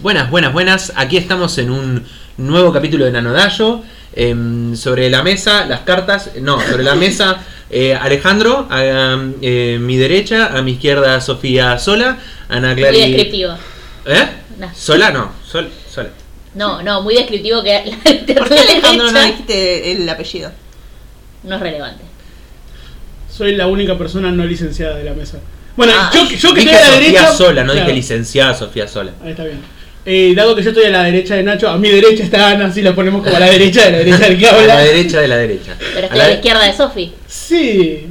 Buenas, buenas, buenas. Aquí estamos en un nuevo capítulo de Nanodayo. Em, sobre la mesa, las cartas. No, sobre la mesa, eh, Alejandro. A, eh, mi derecha, a mi izquierda, Sofía Sola. Ana Muy Clary. descriptivo. ¿Eh? No. Sola, no. Sol, sola. No, no, muy descriptivo que la letra ¿Por qué de Alejandro no derecha dijiste el apellido? no es relevante. Soy la única persona no licenciada de la mesa. Bueno, Ah. yo, que- yo que dije estoy a la Sofía derecha. Sola, no Claro, dije licenciada Sofía Sola. Ahí está bien. Eh, dado que yo estoy a la derecha de Nacho, a mi derecha está Ana, si la ponemos como a la derecha de la derecha del que A la habla. derecha de la derecha. Pero A estoy la a la de- izquierda de Sofi. Sí.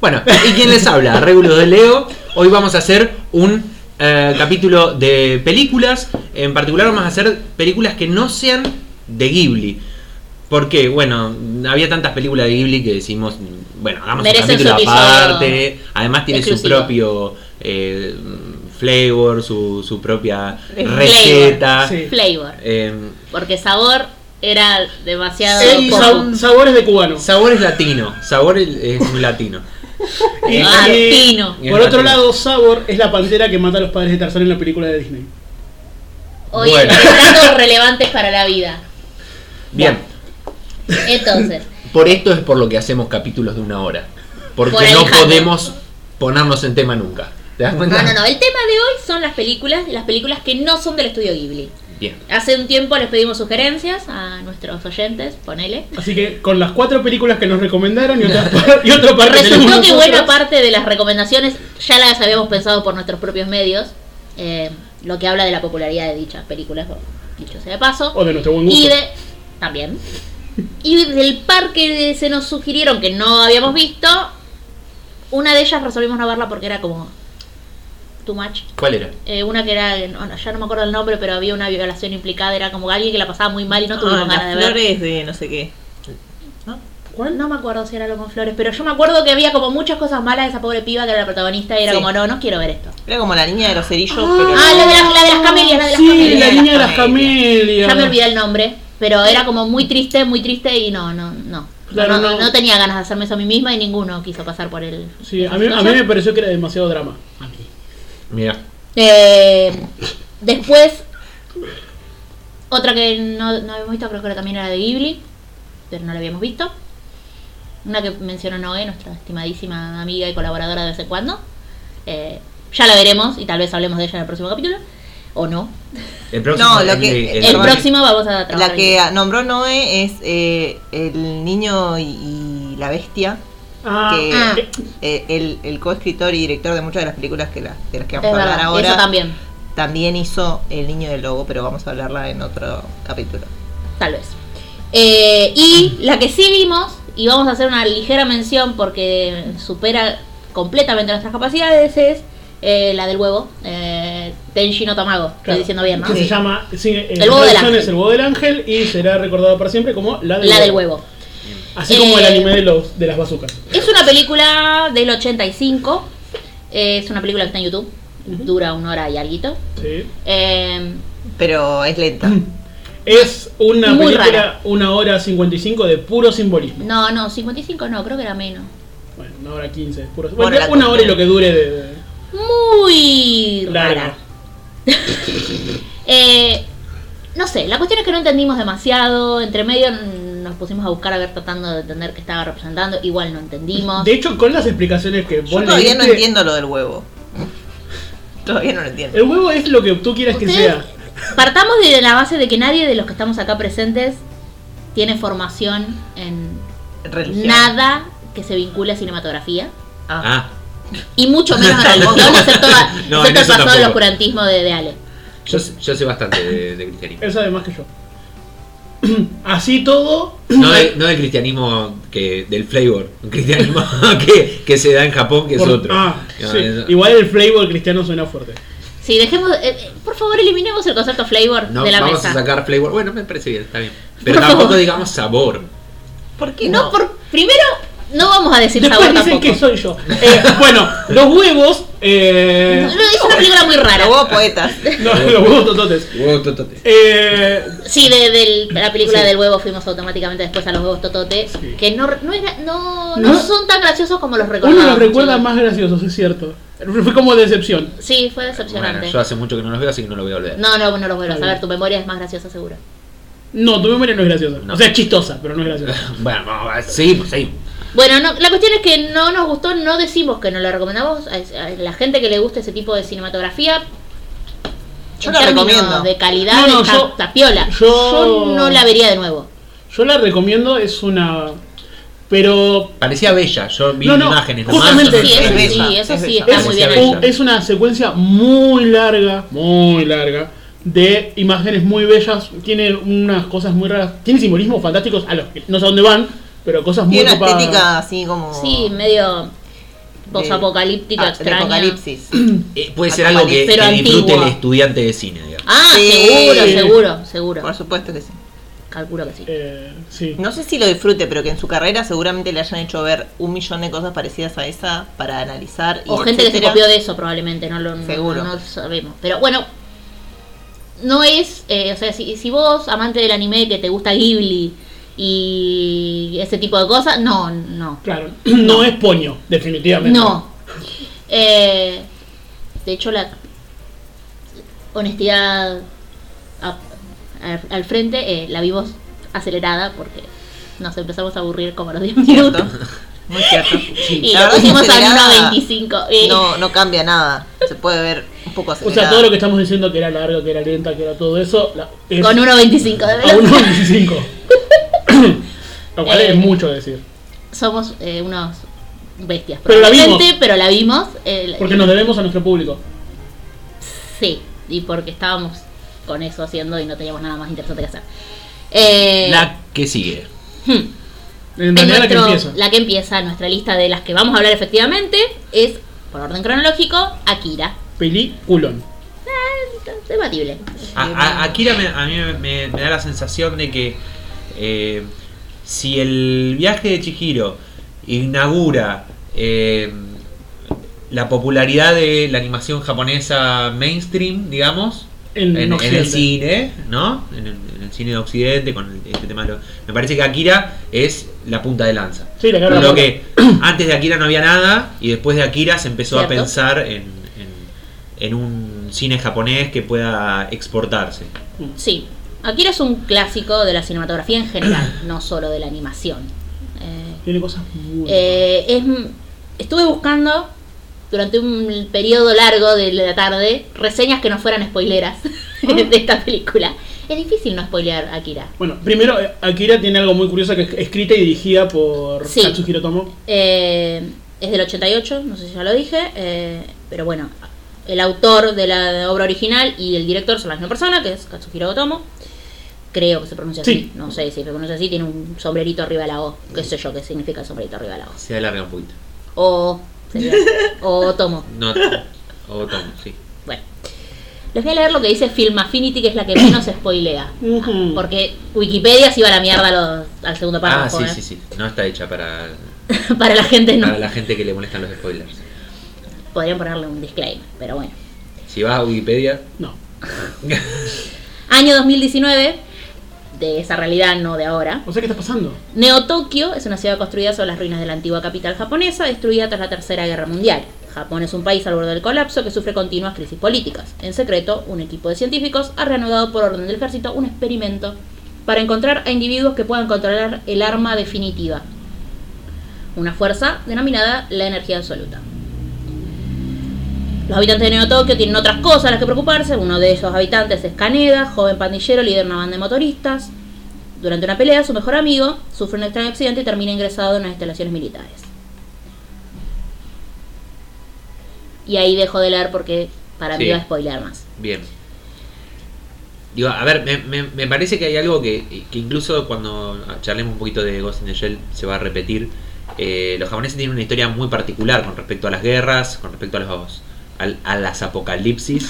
Bueno, ¿y quién les habla? Regulo de Leo. Hoy vamos a hacer un eh, capítulo de películas. En particular vamos a hacer películas que no sean de Ghibli. Porque, bueno, había tantas películas de Ghibli que decimos, bueno, hagamos un Merecen su capítulo episodio aparte. Además tiene su exclusivo. propio eh, flavor, su, su propia Flavor. receta. Sí. Flavor. Eh, Porque sabor era demasiado El poco. sa- sabores de cubano. sabor es latino. Sabor es- es muy latino. Ah, Y- y- Martino. Y por el Martino. otro lado, Sabor es la pantera que mata a los padres de Tarzán en la película de Disney. Hoy Bueno. datos relevantes para la vida. Bien. Entonces, Por esto es por lo que hacemos capítulos de una hora. Porque Por el no hype. podemos ponernos en tema nunca. ¿Te das no, cuenta? no, no. El tema de hoy son las películas, las películas que no son del estudio Ghibli. Bien. Hace un tiempo les pedimos sugerencias a nuestros oyentes, ponele. Así que con las cuatro películas que nos recomendaron y otra, par- y otra parte Resultó tenemos que buena nosotros. parte de las recomendaciones ya las habíamos pensado por nuestros propios medios, eh, lo que habla de la popularidad de dichas películas, o dicho sea de paso. O de nuestro buen gusto. Y de. También. Y del par que de- se nos sugirieron que no habíamos visto, una de ellas resolvimos no verla porque era como. Too much. ¿Cuál era? Eh, una que era. no, no, ya no me acuerdo el nombre, pero había una violación implicada, era como alguien que la pasaba muy mal y no tuvimos Ah, ganas de las ver. flores de no sé qué. ¿Cuál? No me acuerdo si era algo con flores, pero yo me acuerdo que había como muchas cosas malas de esa pobre piba que era la protagonista y era Sí. como, no, no quiero ver esto. Era como la niña de los cerillos, Ah, pero. Ah, la de las, la de las camelias, la de las Sí, camelias. la niña de las Ya camelias. me olvidé el nombre, pero era como muy triste, muy triste y no, no, no. Claro, no, no, no. no tenía ganas de hacerme eso a mí misma y ninguno quiso pasar por el... Sí, a mí, a mí me pareció que era demasiado drama. A mí. Mira. Eh, después, otra que no, no habíamos visto, creo que era también era de Ghibli, pero no la habíamos visto. Una que mencionó Noé, nuestra estimadísima amiga y colaboradora de vez en cuando. Eh, ya la veremos y tal vez hablemos de ella en el próximo capítulo, o no. El próximo. No, lo el- Eh, que- el- El Perdón. próximo vamos a trabajar. La en que ello. nombró Noé es eh, el niño y, y la bestia, Ah, que Ah. eh, el, el coescritor y director de muchas de las películas que la- de las que Es vamos a hablar verdad, ahora. eso también, también hizo El niño del lobo, pero vamos a hablarla en otro capítulo. tal vez. Eh, y la que sí vimos, y vamos a hacer una ligera mención porque supera completamente nuestras capacidades, es eh, la del huevo, eh, Tenshi no Tamago. Estoy claro. diciendo bien, ¿no? Que se Sí. llama. sí, eh, El huevo del traducción ángel. es el huevo del ángel y será recordado para siempre como la del La huevo. del huevo. Así como el Eh, anime de, los, de las bazucas. Es una película del 85. eh, es una película que está en YouTube. Dura una hora y algo. Sí. Eh, Pero es lenta. Es una Muy película, rara. una hora 55 de puro simbolismo. no, no, 55 no, creo que era menos. Bueno, una hora 15. Puro, Bueno, bueno, la una hora y cuestión. lo que dure de. de- Muy rara. larga. Eh, no sé, la cuestión es que no entendimos demasiado. Entre medio mm, nos pusimos a buscar a ver tratando de entender qué estaba representando. Igual no entendimos. De hecho, con las explicaciones que Yo vos todavía no leíste, entiendo lo del huevo. todavía no lo entiendo. El huevo es lo que tú quieras que Ustedes- sea. Partamos de la base de que nadie de los que estamos acá presentes tiene formación en Religión. nada que se vincule a cinematografía. Ah. Ah, Y mucho menos a la religión, excepto, a- No, excepto en el eso pasado del tampoco. oscurantismo de, de Ale. yo, sé- yo sé bastante de, de cristianismo. Él sabe más que yo. Así todo. No, de- no del cristianismo que del flavor. Un cristianismo que, que se da en Japón, que es por- otro. ah, No, sí. eso- Igual el flavor cristiano suena fuerte. Sí, dejemos. eh, eh, por favor, eliminemos el concepto flavor no, de la vamos mesa. a sacar flavor. Bueno, me parece bien, está bien. Pero Por favor. tampoco digamos sabor. ¿Por qué No, no? por, primero, no vamos a decir Después sabor dicen tampoco. que soy yo. Eh, bueno, los huevos. eh, No, Es una película muy rara. Los huevos poetas. no, los huevos tototes. Huevo totote. Eh, Sí, de, del- la película Sí. del huevo fuimos automáticamente después a los huevos totote, Sí. que no, no, es- no, no No. son tan graciosos como los recordamos. uno los recuerda chicos. más graciosos, es cierto. Fue como decepción. Sí, fue Bueno, decepcionante. yo hace mucho que no los veo, así que no lo voy a olvidar. No, no, no lo vuelvas a ver. Tu memoria es más graciosa, seguro. No, tu memoria no es graciosa. No. O sea, es chistosa, pero no es graciosa. Bueno, vamos a seguimos, seguimos. Bueno, no, la cuestión es que no nos gustó, no decimos que no la recomendamos. A, a la gente que le gusta ese tipo de cinematografía. Yo en la términos recomiendo. De calidad, No, no, de yo- tapiola. Yo, yo- no la vería de nuevo. Yo la recomiendo, es una. Pero Parecía bella, yo vi No, no, imágenes. justamente- nomás, Sí, no- eso sí, es bella, eso es sí, bella. está Es muy bien. bella. hecho. u- es una secuencia muy larga, muy larga, de imágenes muy bellas. Tiene unas cosas muy raras. Tiene simbolismos fantásticos a los que no sé a dónde van, pero cosas muy Tiene una copadas. estética así como. Sí, medio posapocalíptica Ah, de extraña. apocalipsis. Eh, puede ser algo que, Pero que disfrute el antigua. estudiante de cine, digamos. Ah, Sí. seguro, seguro, seguro. Por supuesto que sí. Calculo que sí. Eh, sí. No sé si lo disfrute, pero que en su carrera seguramente le hayan hecho ver un millón de cosas parecidas a esa para analizar. y O gente que se etcétera. copió de eso probablemente, no lo no- Seguro. no sabemos. Pero bueno, no es, eh, o sea, si, si vos, amante del anime, que te gusta Ghibli y ese tipo de cosas, no, no, Claro, no, es poño, definitivamente. no. Eh, de hecho, la honestidad a- a- al frente eh, la vimos acelerada porque nos empezamos a aburrir como a los 10 minutos. Cierto. Muy cierto. Y La lo verdad es que pusimos al acelerada 1.25. eh. No, no cambia nada. Se puede ver un poco O acelerada. sea, todo lo que estamos diciendo que era larga, que era lenta, que era todo eso, la- es Con 1.25 de a velocidad. 1.25. lo cual Eh. es mucho decir. Somos eh, unos bestias. Pero la vimos. probablemente, Pero la vimos. eh, Porque nos debemos a nuestro público. Sí, y porque estábamos con eso haciendo y no teníamos nada más interesante que hacer. Eh, La que sigue. hmm, En en realidad la que nuestro- empieza. la que empieza, nuestra lista de las que vamos a hablar efectivamente, es, por orden cronológico, Akira. Peliculón. Debatible. A, a- Akira me- a mí me, me- me da la sensación de que eh, si el viaje de Chihiro inaugura eh, la popularidad de la animación japonesa mainstream, digamos, en, En, en el Occidente. cine, ¿no? En el, en el cine de Occidente, con el- este tema. de lo- me parece que Akira es la punta de lanza. Sí, la cara Lo la que antes de Akira no había nada y después de Akira se empezó a Cierto. pensar en, en- en un cine japonés que pueda exportarse. Mm. Sí, Akira es un clásico de la cinematografía en general, no solo de la animación. Eh, Tiene cosas muy. Eh, es, estuve buscando durante un periodo largo de la tarde reseñas que no fueran spoileras Ah. de esta película. Es difícil no spoilear Akira. Bueno, primero, eh, Akira tiene algo muy curioso que es escrita y dirigida por Sí. Katsuhiro Tomo. Eh, es del 88, no sé si ya lo dije, eh, pero bueno, el autor de la obra original y el director son la misma persona, que es Katsuhiro Otomo. Creo que se pronuncia así, Sí. no sé si se pronuncia así, tiene un sombrerito arriba de la O, qué sé yo qué significa el sombrerito arriba de la O. Se alarga un poquito. O, sería, o Otomo. No, o tomo, sí. Bueno, les voy a leer lo que dice Film Affinity, que es la que menos spoilea. Mm. Ujú. Porque Wikipedia se iba a la mierda a los- al segundo Ah, párrafo. sí, ¿eh? sí, sí. No está hecha para, Para la gente no. para la gente que le molestan los spoilers. Podrían ponerle un disclaimer, pero bueno. Si vas a Wikipedia, No. Año 2019, de esa realidad, no de ahora. O sea, ¿qué está pasando? Neo Tokio es una ciudad construida sobre las ruinas de la antigua capital japonesa, destruida tras la Tercera Guerra Mundial. Japón es un país al borde del colapso que sufre continuas crisis políticas. En secreto, un equipo de científicos ha reanudado por orden del ejército un experimento para encontrar a individuos que puedan controlar el arma definitiva, una fuerza denominada la energía absoluta. Los habitantes de Neo Tokio tienen otras cosas a las que preocuparse. Uno de esos habitantes es Kaneda, joven pandillero, líder de una banda de motoristas. Durante una pelea, su mejor amigo sufre un extraño accidente y termina ingresado en las instalaciones militares. Y ahí dejo de leer porque para Sí. mí va a spoiler más. Bien. Digo, a ver, me, me- me parece que hay algo que, que incluso cuando charlemos un poquito de Ghost in the Shell se va a repetir. Eh, los japoneses tienen una historia muy particular con respecto a las guerras, con respecto a los al- a las apocalipsis.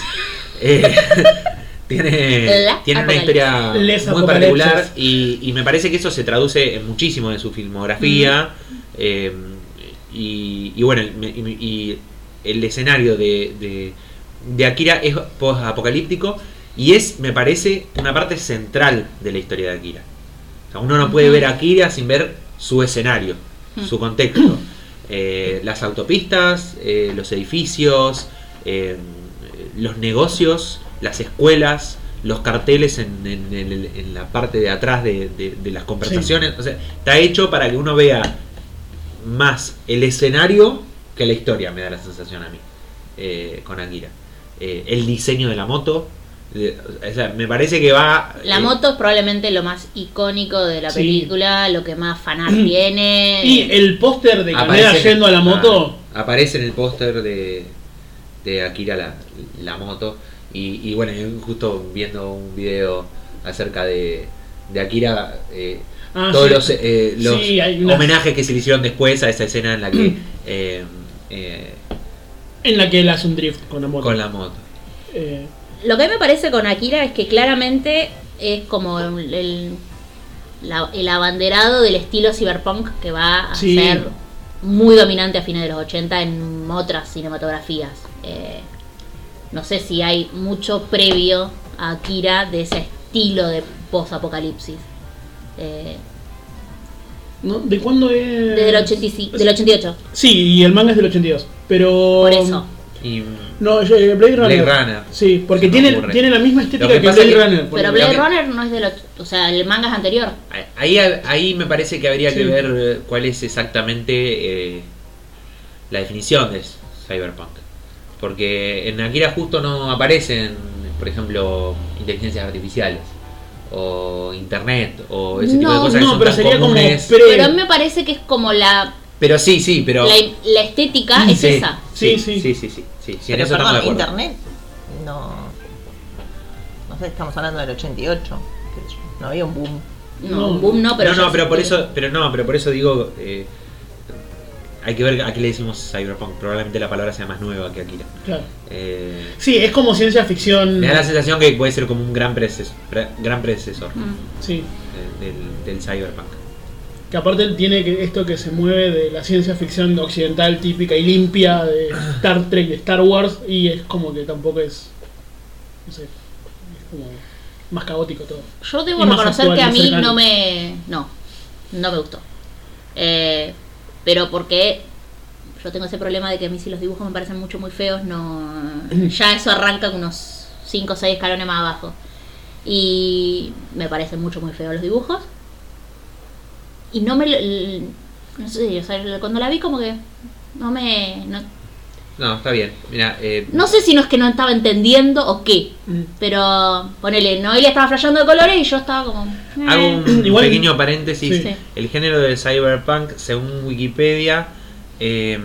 Eh, tiene, La tienen una apocalipsis. historia Les muy apocalipsis. particular y, y me parece que eso se traduce en muchísimo de su filmografía. Eh, y, y bueno, me- y- y el escenario de, de, de Akira es post-apocalíptico y es, me parece, una parte central de la historia de Akira. O sea, uno no puede ver a Akira sin ver su escenario, su contexto. eh, las autopistas, eh, los edificios, eh, los negocios, las escuelas, los carteles en, en- en el- en la parte de atrás de, de- de las conversaciones. O sea, está hecho para que uno vea más el escenario que la historia, me da la sensación a mí, eh, con Akira. Eh, el diseño de la moto. de- o sea, me parece que va... La eh, moto es probablemente lo más icónico de la Sí. película, lo que más fanar tiene. Y el póster de Caneda aparece- yendo a la moto. ah, aparece en el póster de, de Akira la, la moto. Y, y bueno, yo justo viendo un video acerca de, de Akira, eh, Ah, todos sí. los, eh, los Sí, hay una- homenajes que se le hicieron después a esa escena en la que eh, eh, En la que él hace un drift con la moto. con la moto. Eh, Lo que a mí me parece con Akira es que claramente es como el, el- la- el abanderado del estilo cyberpunk que va a Sí. ser muy dominante a fines de los 80 en otras cinematografías. Eh, no sé si hay mucho previo a Akira de ese estilo de post-apocalipsis. Eh, ¿no? ¿De cuándo es? desde el 85, del 88, Sí, y el manga es del 82. Pero. por eso. Um, Y No, eh, Blade Runner. Blade Runner. Sí, porque Se me tiene, ocurre. tiene la misma Lo estética que que, pasa Blade que- Runner. por Pero ejemplo. Blade Runner no es del... och- O sea, el manga es anterior. ahí, ahí me parece que habría que Sí. ver eh, cuál es exactamente eh, la definición de cyberpunk. Porque en Akira justo no aparecen, por ejemplo, inteligencias artificiales o internet o ese tipo de No, cosas que no, son pero tan sería como comunes. pre- Pero a mí me parece que es como la Pero sí, sí, pero... La, la estética es sí, esa. Sí, sí, sí, Sí, sí. sí, sí, sí, en Pero eso estamos de perdón, acuerdo. internet. No. No sé, estamos hablando del 88. qué sé yo, No había un boom. No, No. boom no, pero. no, ya no, pero se- por eso, pero no, pero por eso digo, eh, hay que ver a qué le decimos cyberpunk. Probablemente la palabra sea más nueva que Akira. Claro. Eh, Sí, es como ciencia ficción. Me da la sensación que puede ser como un gran predecesor, gran predecesor Mm. Sí. eh, del, del cyberpunk. Que aparte él tiene que- esto que se mueve de la ciencia ficción occidental típica y limpia de Star Trek, de Star Wars, y es como que tampoco es. No sé. Es como más caótico todo. Yo debo Y más reconocer actual, que a más mí cercano. no me. No, no me gustó. Eh, pero porque yo tengo ese problema de que a mí si los dibujos me parecen mucho muy feos, no. Ya eso arranca con unos 5 o 6 escalones más abajo. Y me parecen mucho muy feos los dibujos. Y no me. lo- l- No sé, o sea, cuando la vi como que. No me. No, No, está bien. Mira, eh, no sé si no es que no estaba entendiendo o qué. Mm. Pero ponele, Noelia estaba flasheando de colores y yo estaba como. eh. hago un Igual- pequeño paréntesis. Sí. El género del cyberpunk, según Wikipedia, eh,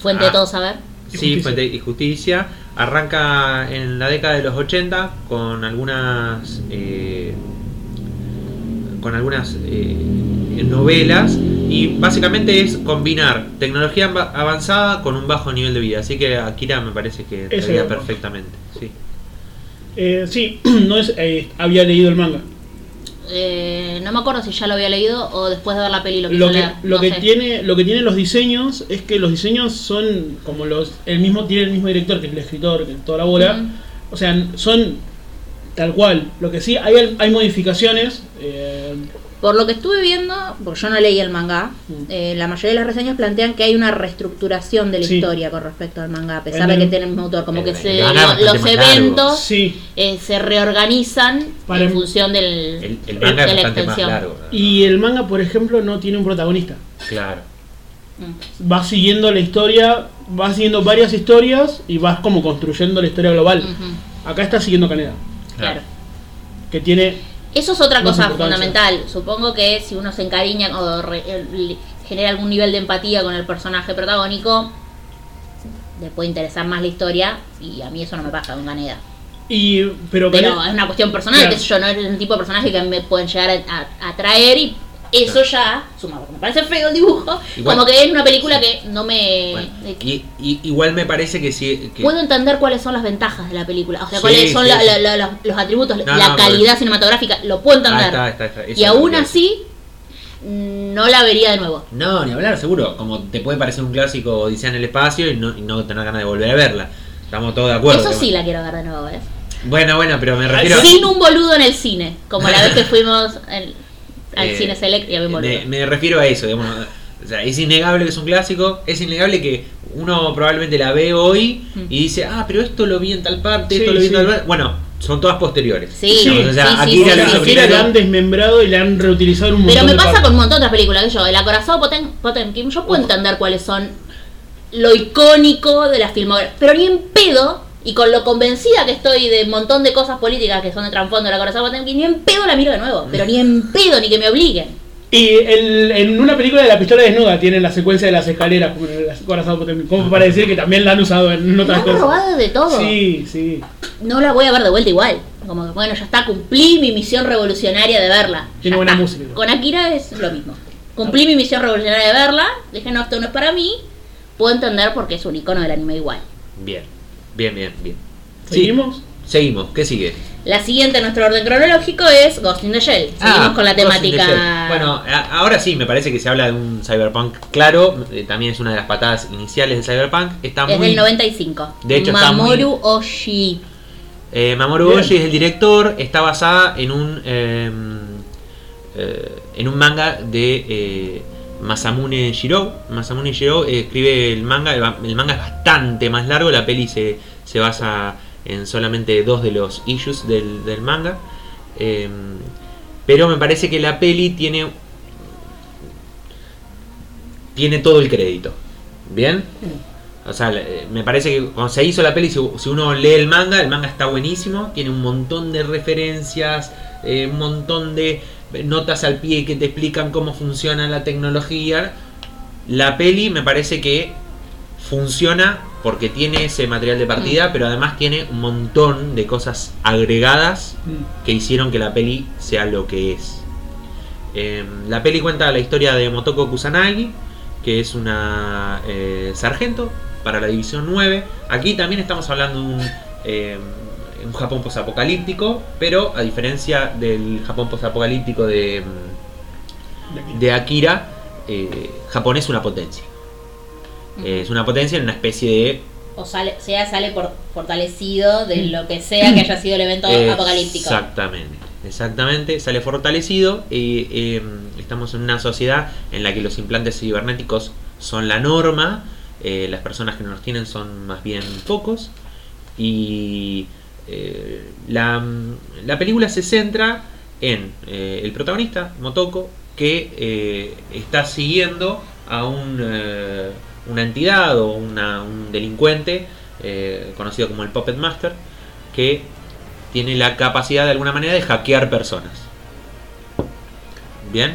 Fuente de ah, todo saber. Sí, Y justicia. Fuente y Justicia. Arranca en la década de los 80 con algunas. eh, con algunas eh, novelas. Y básicamente es combinar tecnología ava- avanzada con un bajo nivel de vida. Así que Akira me parece que entraría era bueno. perfectamente. Sí. Eh, sí, no es, eh, había leído el manga. Eh, no me acuerdo si ya lo había leído o después de ver la peli lo quise Lo que, leer. lo, no que sé. tiene, lo que tienen los diseños es que los diseños son como los. El mismo, tiene el mismo director que el escritor, que toda la bola. Mm. O sea, son tal cual. Lo que sí, hay, al- hay modificaciones. eh, Por lo que estuve viendo, porque yo no leí el manga, Mm. eh, la mayoría de las reseñas plantean que hay una reestructuración de la Sí. historia con respecto al manga, a pesar En de que el- Eh, tiene el mismo autor. Como El que manga se, era lo- bastante los más largo. eventos sí. eh, se reorganizan Para- en función del, El, el de manga es la bastante más extensión. largo. ¿no? Y el manga, por ejemplo, no tiene un protagonista. Claro. Mm. Vas siguiendo la historia, vas siguiendo varias historias y vas como construyendo la historia global. Ujú, Acá está siguiendo Caneda, claro. que tiene. Eso es otra Más cosa importancia. fundamental. Supongo que si uno se encariña o re- eh, le- genera algún nivel de empatía con el personaje protagónico, le puede interesar más la historia y a mí eso no me pasa con Caneda. Y, pero Pero Kaneda- es una cuestión personal, Claro. que yo no es el tipo de personaje que me pueden llegar a, a- a atraer y eso ya, sumado, porque me parece feo el dibujo, Igual- como que es una película que no me... Bueno, eh, y, y- igual me parece que sí. que- Ah, Puedo entender cuáles son las ventajas de la película, o sea, Sí, cuáles son sí, la- sí. la- la- los- los atributos, No, la no, pero- calidad cinematográfica, lo puedo entender. Ah, está, está, está. Eso Y es lo aún que- así, no la vería de nuevo. No, ni hablar, seguro. Como te puede parecer un clásico Odisea en el espacio y no, y no tener ganas de volver a verla. Estamos todos de acuerdo. Eso Pero sí la quiero ver de nuevo, ¿ves? Bueno, bueno, pero me refiero. Sin un boludo en el cine, como la vez que fuimos al- al eh, cine select y había un boludo. me, me refiero a eso, digamos. O sea, es innegable que es un clásico, es innegable que uno probablemente la ve hoy Mm. y dice, ah, pero esto lo vi en tal parte, esto Sí, lo vi sí. en tal parte. Bueno, son todas posteriores. Sí, Sí, o sea, sí, sí, Akira sí, lo sí, hizo sí. primero. la han desmembrado y la han reutilizado en un montón Pero me de pasa partes. con un montón de otras películas que yo. El acorazado Potem- Potemkin, yo puedo entender cuáles son lo icónico de la filmografía. Pero ni en pedo, y con lo convencida que estoy de un montón de cosas políticas que son de trasfondo del acorazado Potemkin, ni en pedo la miro de nuevo. Pero ni en pedo, ni que me obliguen. Y el- en una película de la pistola desnuda tienen la secuencia de las escaleras como, en el acorazado Potemkin, como para decir que también la han usado en Me otras han cosas. robado de todo. Sí, sí. No la voy a ver de vuelta igual. Como que, bueno, ya está, cumplí mi misión revolucionaria de verla. Tiene Ya buena está. música. Con Akira es lo mismo. Cumplí mi misión revolucionaria de verla. Dije, no, esto no es para mí. Puedo entender porque es un icono del anime igual. Bien, bien, bien, bien. Sí, ¿Seguimos? seguimos, ¿qué sigue? La siguiente en nuestro orden cronológico es Ghost in the Shell. Seguimos Ah, con la Ghost in the temática. Shell. Bueno, a- ahora sí, me parece que se habla de un cyberpunk claro. eh, también es una de las patadas iniciales del cyberpunk. Está es muy. del 95. De hecho, está muy- Mamoru Oshii. Eh, Mamoru Bien. Oshii es el director. Está basada en un. eh, eh, en un manga de. eh, Masamune Shirou. Masamune Shirou eh, escribe el manga. El, ba- el manga es bastante más largo. La peli se, se basa en solamente dos de los issues del, del manga. Eh, pero me parece que la peli tiene. Tiene todo el crédito. ¿Bien? O sea, le- eh, me parece que cuando se hizo la peli, si, si uno lee el manga, el manga está buenísimo, tiene un montón de referencias, eh, un montón de notas al pie que te explican cómo funciona la tecnología. La peli me parece que funciona porque tiene ese material de partida, pero además tiene un montón de cosas agregadas Mm. que hicieron que la peli sea lo que es. Eh, la peli cuenta la historia de Motoko Kusanagi, que es una eh, sargento para la División 9. Aquí también estamos hablando de un, eh, un Japón posapocalíptico, pero a diferencia del Japón posapocalíptico de, de Akira, eh, Japón es una potencia. Eh, es una potencia en una especie de O sale, sea, sale por- fortalecido de lo que sea que haya sido el evento apocalíptico. Eh, Exactamente, exactamente. Sale fortalecido. y eh, estamos en una sociedad en la que los implantes cibernéticos son la norma. eh, las personas que no los tienen son más bien pocos. Y eh, la, la película se centra en eh, el protagonista, Motoko, que eh, está siguiendo a un, eh, una entidad o una- un delincuente eh, conocido como el Puppet Master, que tiene la capacidad de alguna manera de hackear personas. Bien.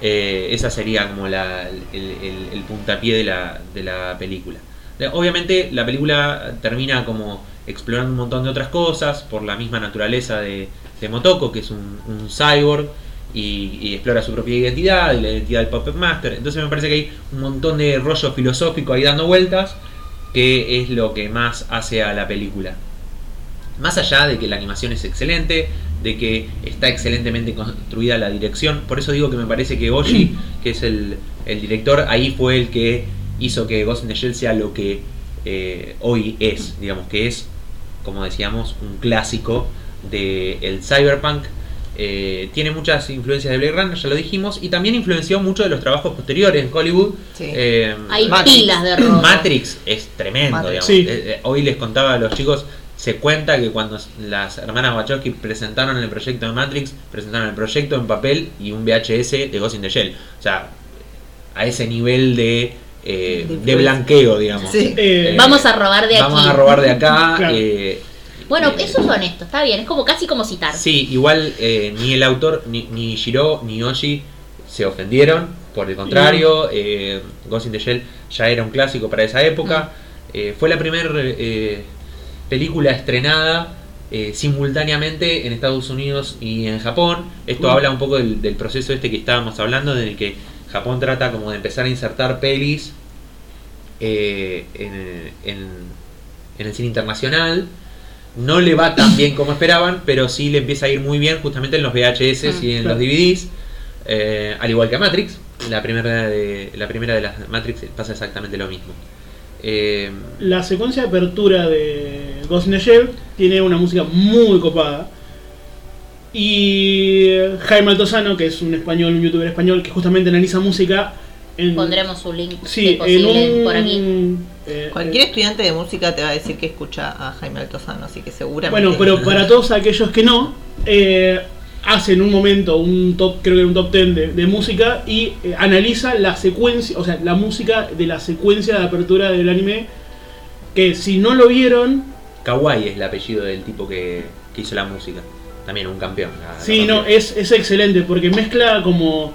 Eh, esa sería como la- el, el- el puntapié de la, de la película. Eh, Obviamente la película termina como explorando un montón de otras cosas por la misma naturaleza de, de Motoko, que es un, un cyborg, y, y explora su propia identidad y la identidad del Puppet Master. Entonces me parece que hay un montón de rollo filosófico ahí dando vueltas, que es lo que más hace a la película más allá de que la animación es excelente, de que está excelentemente construida la dirección, por eso digo que me parece que Oshi, que es el, el director, ahí fue el que hizo que Ghost in the Shell sea lo que eh, hoy es, digamos que es, como decíamos, un clásico del el cyberpunk. Eh, tiene muchas influencias de Blade Runner, ya lo dijimos, y también influenció mucho de los trabajos posteriores en Hollywood. Sí. Eh, Hay Matrix. pilas de robo. Matrix es tremendo, digamos. Matrix. Sí. Eh, eh, hoy les contaba a los chicos, se cuenta que cuando s- las hermanas Wachowski presentaron el proyecto de Matrix, presentaron el proyecto en papel y un VHS de Ghost in the Shell. O sea, a ese nivel de, eh, De de blanqueo, digamos. Sí. Eh, Vamos a robar de Vamos aquí. a robar de acá. Claro. eh, Bueno, eh, eso es honesto, está bien. Es como casi como citar. Sí, igual eh, ni el autor, ni, ni Shiro, ni Oshi se ofendieron. Por el contrario, eh, Ghost in the Shell ya era un clásico para esa época. Eh, fue la primera película estrenada eh, simultáneamente en Estados Unidos y en Japón. Esto Mm. habla un poco del, del proceso este que estábamos hablando, en el que Japón trata como de empezar a insertar pelis eh, en, en- en el cine internacional. No le va tan bien como esperaban, pero sí le empieza a ir muy bien justamente en los VHS y en los Ah, Claro. DVDs, eh, al igual que a Matrix. La primera, de, la primera de las Matrix pasa exactamente lo mismo. Eh, La secuencia de apertura de Ghost in the Shell tiene una música muy copada. eh, Y Jaime Altozano, que es un español, un youtuber español que justamente analiza música, en- Pondremos un link si sí, en posible un, por aquí. eh, Cualquier estudiante de música te va a decir que escucha a Jaime Altozano, así que seguramente. Bueno, pero para todos aquellos que no, eh, hace en un momento un top, creo que era un top 10 de, de música y eh, analiza la secuencia, o sea, la música de la secuencia de apertura del anime. Que si no lo vieron, Kawai es el apellido del tipo que, que hizo la música. También un campeón. la- sí, la no, campeón. es, es excelente porque mezcla como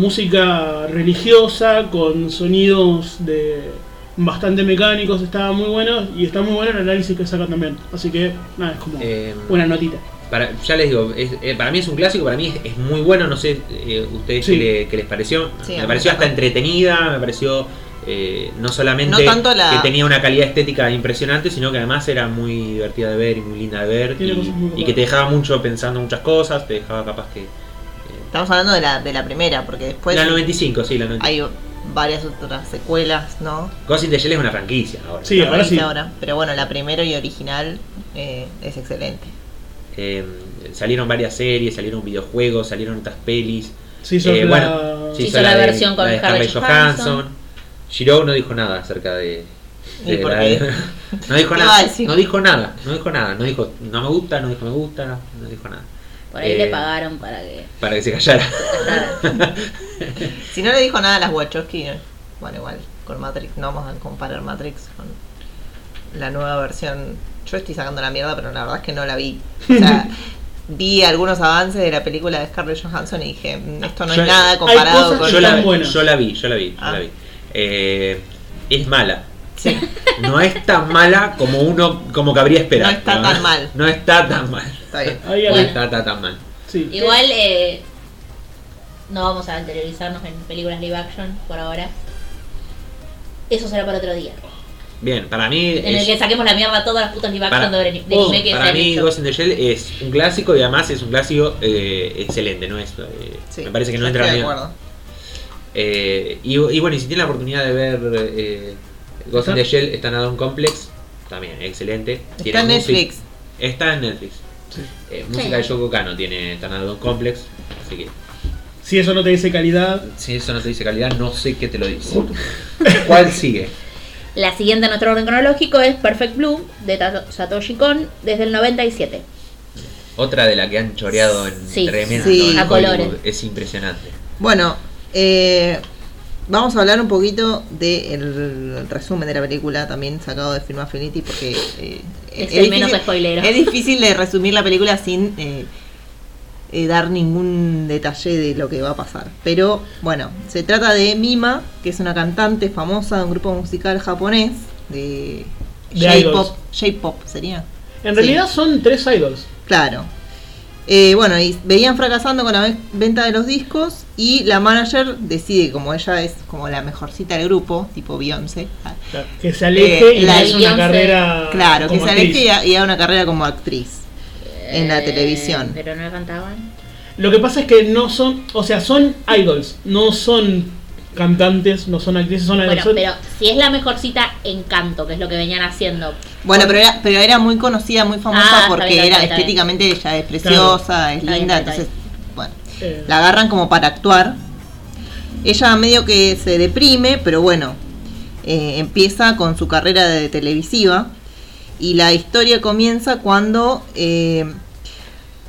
música religiosa con sonidos de bastante mecánicos, está muy bueno y está muy bueno el análisis que sacan también. Así que, nada, es como Eh, una notita. para, ya les digo, es- eh, para mí es un clásico, para mí es, es muy bueno, no sé eh, ustedes Sí. qué, le- qué les pareció. Sí, a me mí pareció hasta tampoco. entretenida, me pareció eh, no solamente No tanto la- que tenía una calidad estética impresionante, sino que además era muy divertida de ver y muy linda de ver Tiene y, cosas muy y que copadas. te dejaba mucho pensando muchas cosas, te dejaba capaz que... eh, Estamos hablando de la, de la primera, porque después la 95, sí, la 95. hay varias otras secuelas, ¿no? Ghost in the Shell es una franquicia ahora. Sí, ahora sí. Ahora. Pero bueno, la primera y original eh, es excelente. Eh, salieron varias series, salieron videojuegos, salieron otras pelis. Sí, Eh, sobre bueno, la- se sí. hizo hizo la versión con la de Scarlett Scarlett Johansson. Johansson. Shiro no dijo nada acerca de. ¿Y por la- qué? no dijo ¿Qué nada. va a decir? No dijo nada. No dijo nada. No dijo no me gusta, no dijo me gusta, no dijo nada. Por ahí Eh, le pagaron para que. Para que se callara. Si no le dijo nada a las Wachowski, eh, bueno, igual, con Matrix, no vamos a comparar Matrix con la nueva versión. Yo estoy sacando la mierda, pero la verdad es que no la vi. O sea, vi algunos avances de la película de Scarlett Johansson y dije, "Mm, esto no Yo- es nada hay comparado cosas con... que yo, la, están buenas. yo la vi, yo la vi, yo Ah. la vi. Eh, es mala. Sí. No es tan mala como uno, como cabría esperar. No está tan mal. No está tan mal. Está bien. Ahí No a la- está, está tan mal. sí. Igual eh, no vamos a anteriorizarnos en películas live action por ahora. Eso será para otro día. Bien, para mí. En el es- que saquemos la mierda a todas las putas live Para, action de anime de oh, anime que se para han mí hecho. Ghost in the Shell es un clásico y además es un clásico eh, excelente, ¿no? Es, eh, Sí, me parece que no yo entra estoy de bien. acuerdo. Eh, y, y bueno, y si tienen la oportunidad de ver eh, Ghost in the Shell, está en Addon Complex, también excelente. Tiene Está en música- Netflix. Está en Netflix. Sí. Eh, música de Yoko Kano tiene está en Addon Complex, así que Si eso no te dice calidad, si eso no te dice calidad, no sé qué te lo dice. ¿Cuál sigue? La siguiente en nuestro orden cronológico es Perfect Blue de Tato- Satoshi Kon desde el 97. Otra de la que han choreado en Sí. tremendo. Sí. en A Hollywood. colores. Es impresionante. Bueno, eh, vamos a hablar un poquito del resumen de la película, también sacado de Film Affinity, porque eh, Es el menos spoilero. es difícil de resumir la película sin eh, eh, dar ningún detalle de lo que va a pasar. Pero bueno, se trata de Mima, que es una cantante famosa de un grupo musical japonés de De idols. J-pop, J-pop sería. en Sí. realidad son tres idols. Claro. Eh, bueno, y venían fracasando con la ve- venta de los discos y la manager decide, como ella es como la mejorcita del grupo, tipo Beyoncé, ah, Que se aleje Eh, y la hace una Beyoncé. carrera. claro, que Ah, como se actriz. aleje y, ha- y haga una carrera como actriz en la televisión. Eh, Pero no la cantaban. Lo que pasa es que no son, o sea, son idols, no son cantantes, no son actrices, son Bueno, idols. pero si es la mejorcita en canto, que es lo que venían haciendo. Bueno, pero era, pero era muy conocida, muy Ah, famosa está porque bien, está era bien, está estéticamente ella es preciosa, es Está bien, linda, está bien. entonces, bueno. Eh, La agarran como para actuar. Ella medio que se deprime, pero bueno, eh, empieza con su carrera de televisiva. Y la historia comienza cuando eh,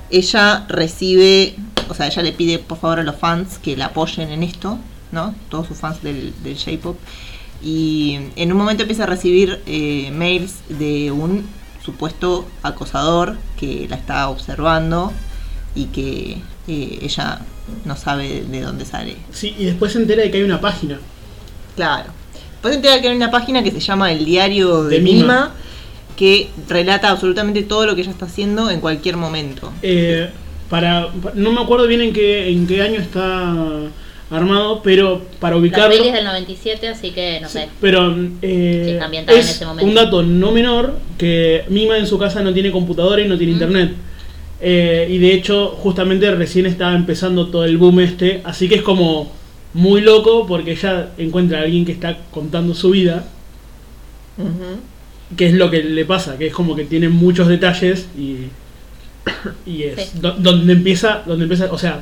ella recibe, o sea, ella le pide por favor a los fans que la apoyen en esto, ¿no? Todos sus fans del, del J-Pop. Y en un momento empieza a recibir eh, mails de un supuesto acosador que la está observando y que eh, ella no sabe de dónde sale. sí, y después se entera de que hay una página. Claro. Puedes enterar que hay una página que se llama El Diario de, De Mima, Mima. que relata absolutamente todo lo que ella está haciendo en cualquier momento. Eh, para, pa- no me acuerdo bien en qué, en qué año está armado, pero para La ubicarlo. peli es del 97, así que no sé. Pero eh, Sí, ambientada en es ese momento. un dato no menor que Mima en su casa no tiene computadora y no tiene Mm. internet. Eh, y de hecho, justamente recién estaba empezando todo el boom este, así que es como muy loco porque ella encuentra a alguien que está contando su vida, que es lo que le pasa, que es como que tiene muchos detalles y, y es Sí. do- donde empieza, donde empieza, o sea,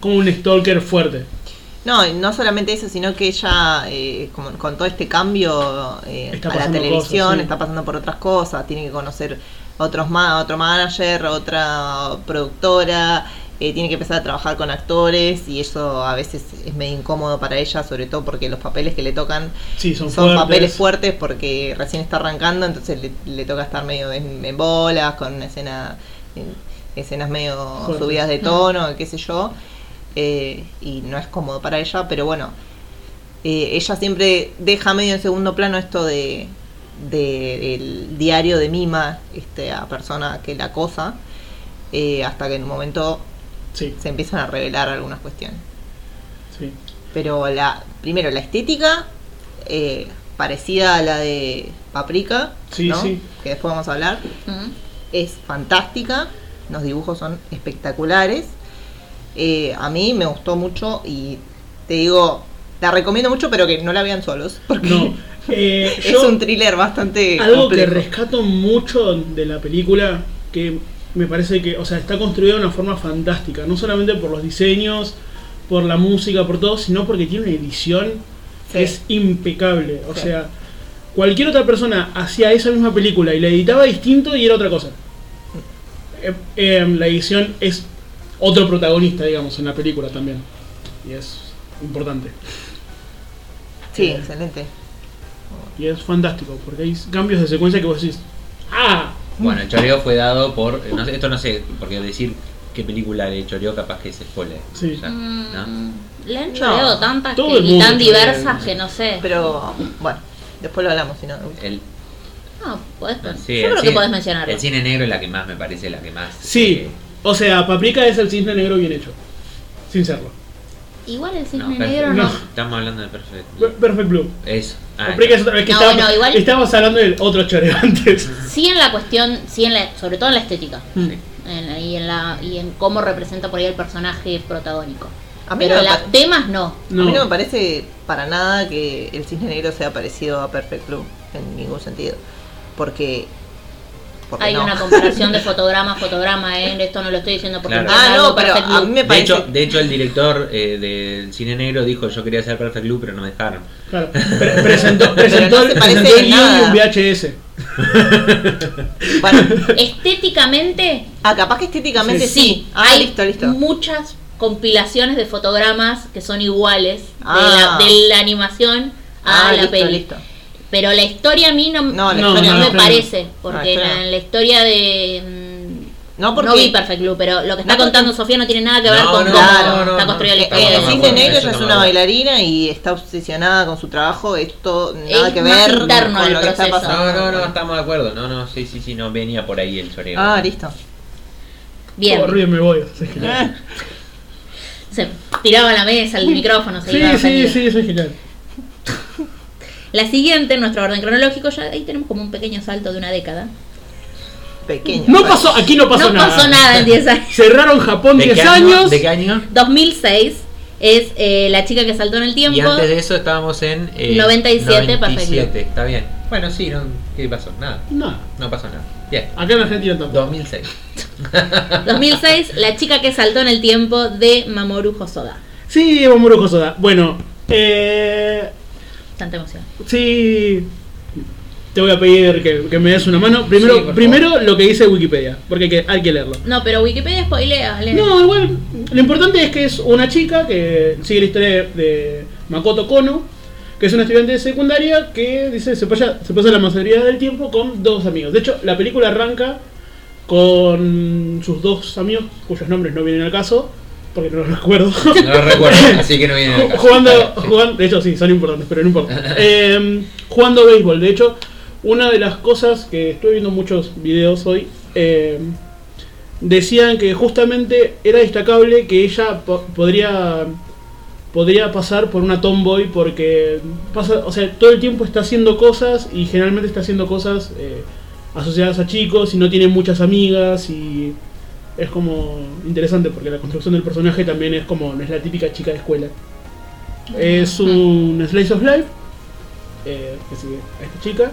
como un stalker fuerte. No, y no solamente eso, sino que ella, eh, como con todo este cambio eh, Está a la pasando televisión, cosas, sí. está pasando por otras cosas, tiene que conocer otros ma otro manager, otra productora, eh, tiene que empezar a trabajar con actores y eso a veces es medio incómodo para ella, sobre todo porque los papeles que le tocan Sí, son, son, fuertes. papeles fuertes porque recién está arrancando, entonces le, le toca estar medio en, en bolas, con una escena, en- escenas medio Fuertes. subidas de tono, qué sé yo, eh, y no es cómodo para ella, pero bueno, eh, ella siempre deja medio en segundo plano esto de, de- del diario de Mima, este, a persona que la acosa, eh, hasta que en un momento Sí, se empiezan a revelar algunas cuestiones. sí. Pero la primero la estética eh, parecida a la de Paprika, Sí, ¿no? sí. que después vamos a hablar, Mm. es fantástica, los dibujos son espectaculares. Eh, a mí me gustó mucho y te digo, la recomiendo mucho, pero que no la vean solos, porque No. eh, es yo- un thriller bastante Algo que complejo. rescato mucho de la película, que me parece que, o sea, está construida de una forma fantástica, no solamente por los diseños, por la música, por todo, sino porque tiene una edición que Sí. es impecable. O Sí. sea, cualquier otra persona hacía esa misma película y la editaba distinto y era otra cosa. Eh, eh, la edición es otro protagonista, digamos, en la película también. Y es importante. Sí, excelente. Y es fantástico, porque hay cambios de secuencia que vos decís, ¡ah! Bueno, el choreo fue dado por. no sé, esto no sé, porque decir qué película le choreó capaz que se spoiler. Sí. ya, ¿no? Mm, Le han No. choreado tantas Todo que, el y mundo tan chorea. diversas que no sé. Pero bueno, después lo hablamos, si no. El, no, podés, no yo sé, el creo que cine- podés mencionarlo. El cine negro es la que más me parece, la que más. Sí, eh, o sea, Paprika es el cisne negro bien hecho. Sin serlo. Igual el no, cisne Perfect- negro no. no. Estamos hablando de perfecto. Per- Perfect Blue. Eso. Ah, Paprika es otra vez que No, estaba- bueno, igual- estábamos hablando del otro choreo antes. Sí en la cuestión, sí en la, sobre todo en la estética. Mm. sí. en- y, en la, y en cómo representa por ahí el personaje protagónico. A mí Pero no me los pa- temas no. A No, mí no me parece para nada que el cisne negro sea parecido a Perfect Blue en ningún sentido. Porque. porque Hay no. una comparación de fotograma a fotograma, ¿eh? Esto no lo estoy diciendo porque Claro. me parece Ah, no, algo pero perfecto. a mí me De parece. hecho, de hecho, el director eh, del cine negro dijo: Yo quería hacer Perfect Blue, pero no me dejaron. claro. Pre- presentó Pero presentó, no el- se parece presentó el en guión y nada. un VHS. Bueno, Estéticamente, ah, capaz que estéticamente sí, sí. Ah, hay listo, listo. muchas compilaciones de fotogramas que son iguales de Ah. la- de, la, animación a Ah, la listo, peli. listo. Pero la historia a mí no, No, la no historia no, me claro. parece, No, porque la, la historia no. la historia de... mm, No, porque. No vi Perfect Blue, pero lo que está No, porque- contando Sofía no tiene nada que ver No, con no, cómo no, no, está no. construida la Está historia. Eh, el Estamos de cisne acuerdo, eso negro ella es estamos una de acuerdo. bailarina y está obsesionada con su trabajo. Esto nada Es que más ver interno con el lo que está proceso. No, pasando. no, no, estamos de acuerdo. No, no, sí, sí, sí, no venía por ahí el choreo. Ah, listo. Bien, Oh, río, me voy. Soy genial. Eh, se tiraba a la mesa, el micrófono, se iba Sí, a sí, salir. sí, soy genial. La siguiente, en nuestro orden cronológico, ya ahí tenemos como un pequeño salto de una década. Pequeño. No bueno. pasó, aquí no pasó no nada. pasó nada en 10 años. Cerraron Japón ¿De qué 10 año? años. ¿De qué año? 2006 es eh, la chica que saltó en el Y tiempo. antes de eso estábamos en. eh, 97, Perfect 97, Blue. está bien. Bueno, sí, no, ¿qué pasó? Nada, Nada. no pasó nada. Bien, Acá en Argentina tampoco. 2006. 2006, la chica que saltó en el tiempo de Mamoru Hosoda. Sí, Mamoru Hosoda. Bueno, eh. Tanta emoción. Sí. Te voy a pedir que, que me des una mano. Primero, Sí, por primero lo que dice Wikipedia, porque hay que, hay que leerlo. No, pero Wikipedia spoilea, Ale. No, igual, lo importante es que es una chica que sigue la historia de, de Makoto Kono, que es una estudiante de secundaria que dice se pasa, se pasa la mayoría del tiempo con dos amigos. De hecho, la película arranca con sus dos amigos, cuyos nombres no vienen al caso, porque no los recuerdo. No lo recuerdo, así que no viene al caso. jugando, Está bien, sí. jugan- de hecho sí, son importantes, pero no importa. Eh, jugando béisbol, de hecho, una de las cosas que estuve viendo muchos videos hoy, eh, decían que justamente era destacable que ella po- podría podría pasar por una tomboy porque pasa, o sea, todo el tiempo está haciendo cosas y generalmente está haciendo cosas eh, asociadas a chicos y no tiene muchas amigas y es como interesante porque la construcción del personaje también es como no es la típica chica de escuela. Es un slice of life eh, que sigue a esta chica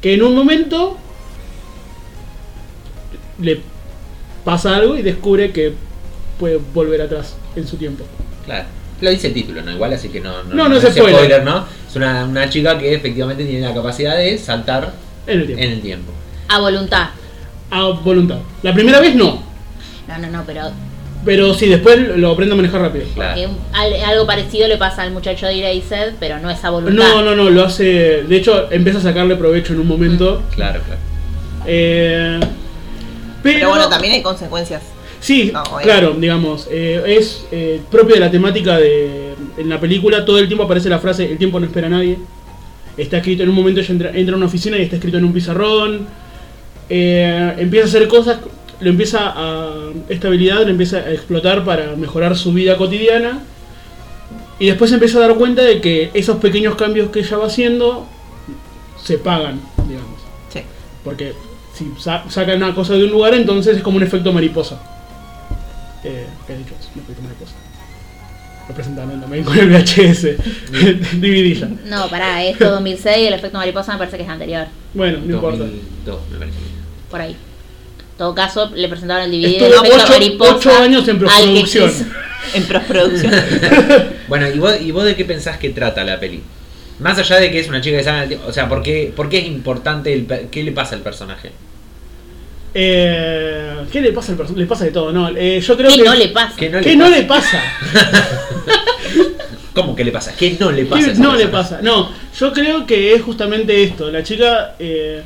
que en un momento le pasa algo y descubre que puede volver atrás en su tiempo. Claro. Lo dice el título, ¿no? Igual, así que no, No, no es spoiler. ¿no? Es una, una chica que efectivamente tiene la capacidad de saltar En el tiempo. en el tiempo. A voluntad. A voluntad. La primera vez no, No, no, no, pero pero sí, después lo aprende a manejar rápido. que Claro. un- al- algo parecido le pasa al muchacho de Erased, pero no es a voluntad. No, no, no, lo hace. De hecho, empieza a sacarle provecho en un momento. Claro, claro. Eh, pero, Pero bueno, también hay consecuencias. Sí, No, bueno. claro, digamos, eh, es eh, propio de la temática de... En la película todo el tiempo aparece la frase, el tiempo no espera a nadie. Está escrito en un momento, ella entra, entra a una oficina y está escrito en un pizarrón. Eh, empieza a hacer cosas, lo empieza a... Esta habilidad lo empieza a explotar para mejorar su vida cotidiana. Y después se empieza a dar cuenta de que esos pequeños cambios que ella va haciendo se pagan, digamos. Sí. Porque si sa- sacan una cosa de un lugar, entonces es como un efecto mariposa. Eh, ¿Qué he dicho? Es un efecto mariposa. Lo presentaron también con el VHS. DVD ya. No, pará, esto 2006 el efecto mariposa me parece que es anterior, Bueno, no importa. 2002, me parece. por ahí. En todo caso, le presentaron el DVD del Estuve efecto ocho- mariposa. ocho años al en que postproducción. quiso- En postproducción. Bueno, ¿y vos, ¿y vos de qué pensás que trata la peli? Más allá de que es una chica que sabe... O sea, ¿por qué, por qué es importante el, pe- qué le pasa al personaje? Eh, ¿Qué le pasa al personaje? Le pasa de todo, ¿no? Eh, yo creo ¿Qué que. no le pasa? ¿Qué no le ¿Qué no pasa? le pasa? ¿Cómo que le pasa? ¿Qué no le pasa? a ¿Qué esa no le persona? pasa? No, yo creo que es justamente esto. La chica. eh,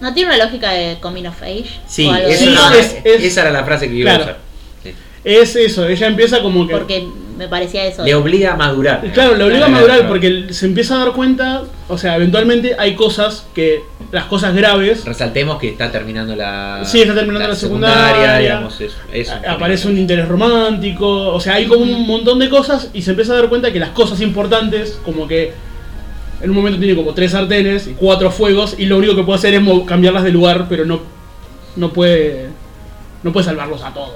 ¿No tiene una lógica de coming of age? Sí, O algo esa, de- era No, la- es- es- esa era la frase que iba Claro. a usar. Sí. es eso, ella empieza como que. Porque me parecía eso. Le obliga a madurar. Claro, lo obliga a madurar Claro. porque se empieza a dar cuenta, o sea, eventualmente hay cosas que, las cosas graves, Resaltemos que está terminando la. Sí, está terminando la secundaria, digamos. Es, es un- aparece un interés romántico, o sea, hay como un montón de cosas y se empieza a dar cuenta que las cosas importantes, como que en un momento tiene como tres sartenes y cuatro fuegos y lo único que puede hacer es mo- cambiarlas de lugar, pero no, no puede, no puede salvarlos a todos.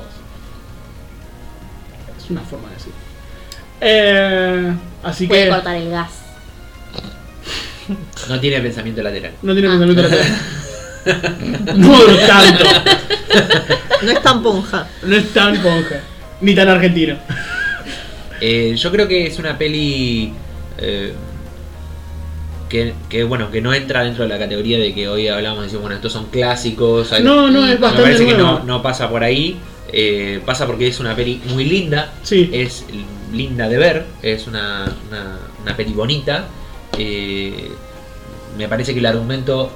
Es una forma de decir. Eh, así Puede que cortar el gas. No tiene pensamiento lateral. no tiene Ah. pensamiento lateral. No tanto. No es tan ponja. No es tan ponja, ni tan argentino. Eh, yo creo que es una peli. eh, que, que, bueno, que no entra dentro de la categoría de que hoy hablamos y decimos, bueno, estos son clásicos. hay- No, no, es me bastante parece que nueva. no, no pasa por ahí. eh, pasa porque es una peli muy linda. Sí. es linda de ver, es una, una, una peli bonita. eh, me parece que el argumento,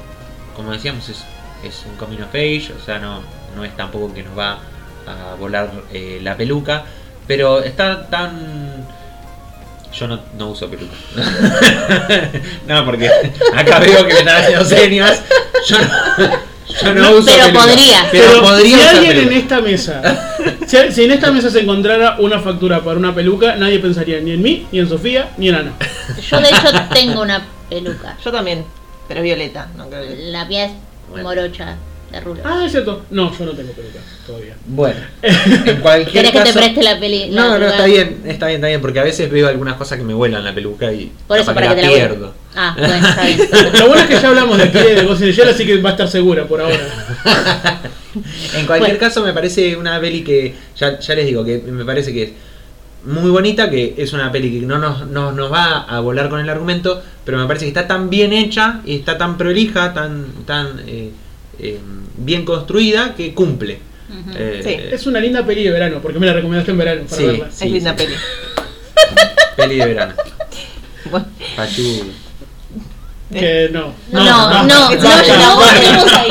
como decíamos, es, es un coming of age, o sea, no, no es tampoco que nos va a volar eh, la peluca, pero está tan... Yo no, no uso peluca. no, porque acá veo que me están haciendo señas. Yo no, yo no uso Pero peluca. podría. Pero, podría si usar alguien en este peluca. esta mesa, si, si en esta mesa se encontrara una factura para una peluca, nadie pensaría ni en mí, ni en Sofía, ni en Ana. Yo de hecho tengo una peluca. Yo también, pero es violeta, no creo que- La mía es Bueno. morocha de rulo. Ah, es cierto. No, yo no tengo peluca todavía. Bueno, en cualquier ¿Querés que te caso- preste la peli? la No, no, peluca? está bien, está bien, está bien, porque a veces veo algunas cosas que me vuelan la peluca y Por eso, capaz para que te la vuelva. pierdo. Ah, bueno, está bien. Lo bueno es que ya hablamos de aquí de Ghost in the Shell, así que va a estar segura por ahora. En cualquier Bueno. caso, me parece una peli que, ya, ya les digo, que me parece que es muy bonita, que es una peli que no nos, no- nos va a volar con el argumento, pero me parece que está tan bien hecha y está tan prolija, tan, tan eh, eh, bien construida, que cumple. Ujú. Eh, Sí, Es una linda peli de verano, porque me la recomendaste en verano para Sí. verla. Sí, es linda sí. peli. Peli de verano. Bueno, Pachu. Que no. No, no, no, no, no, la no, volvemos ahí.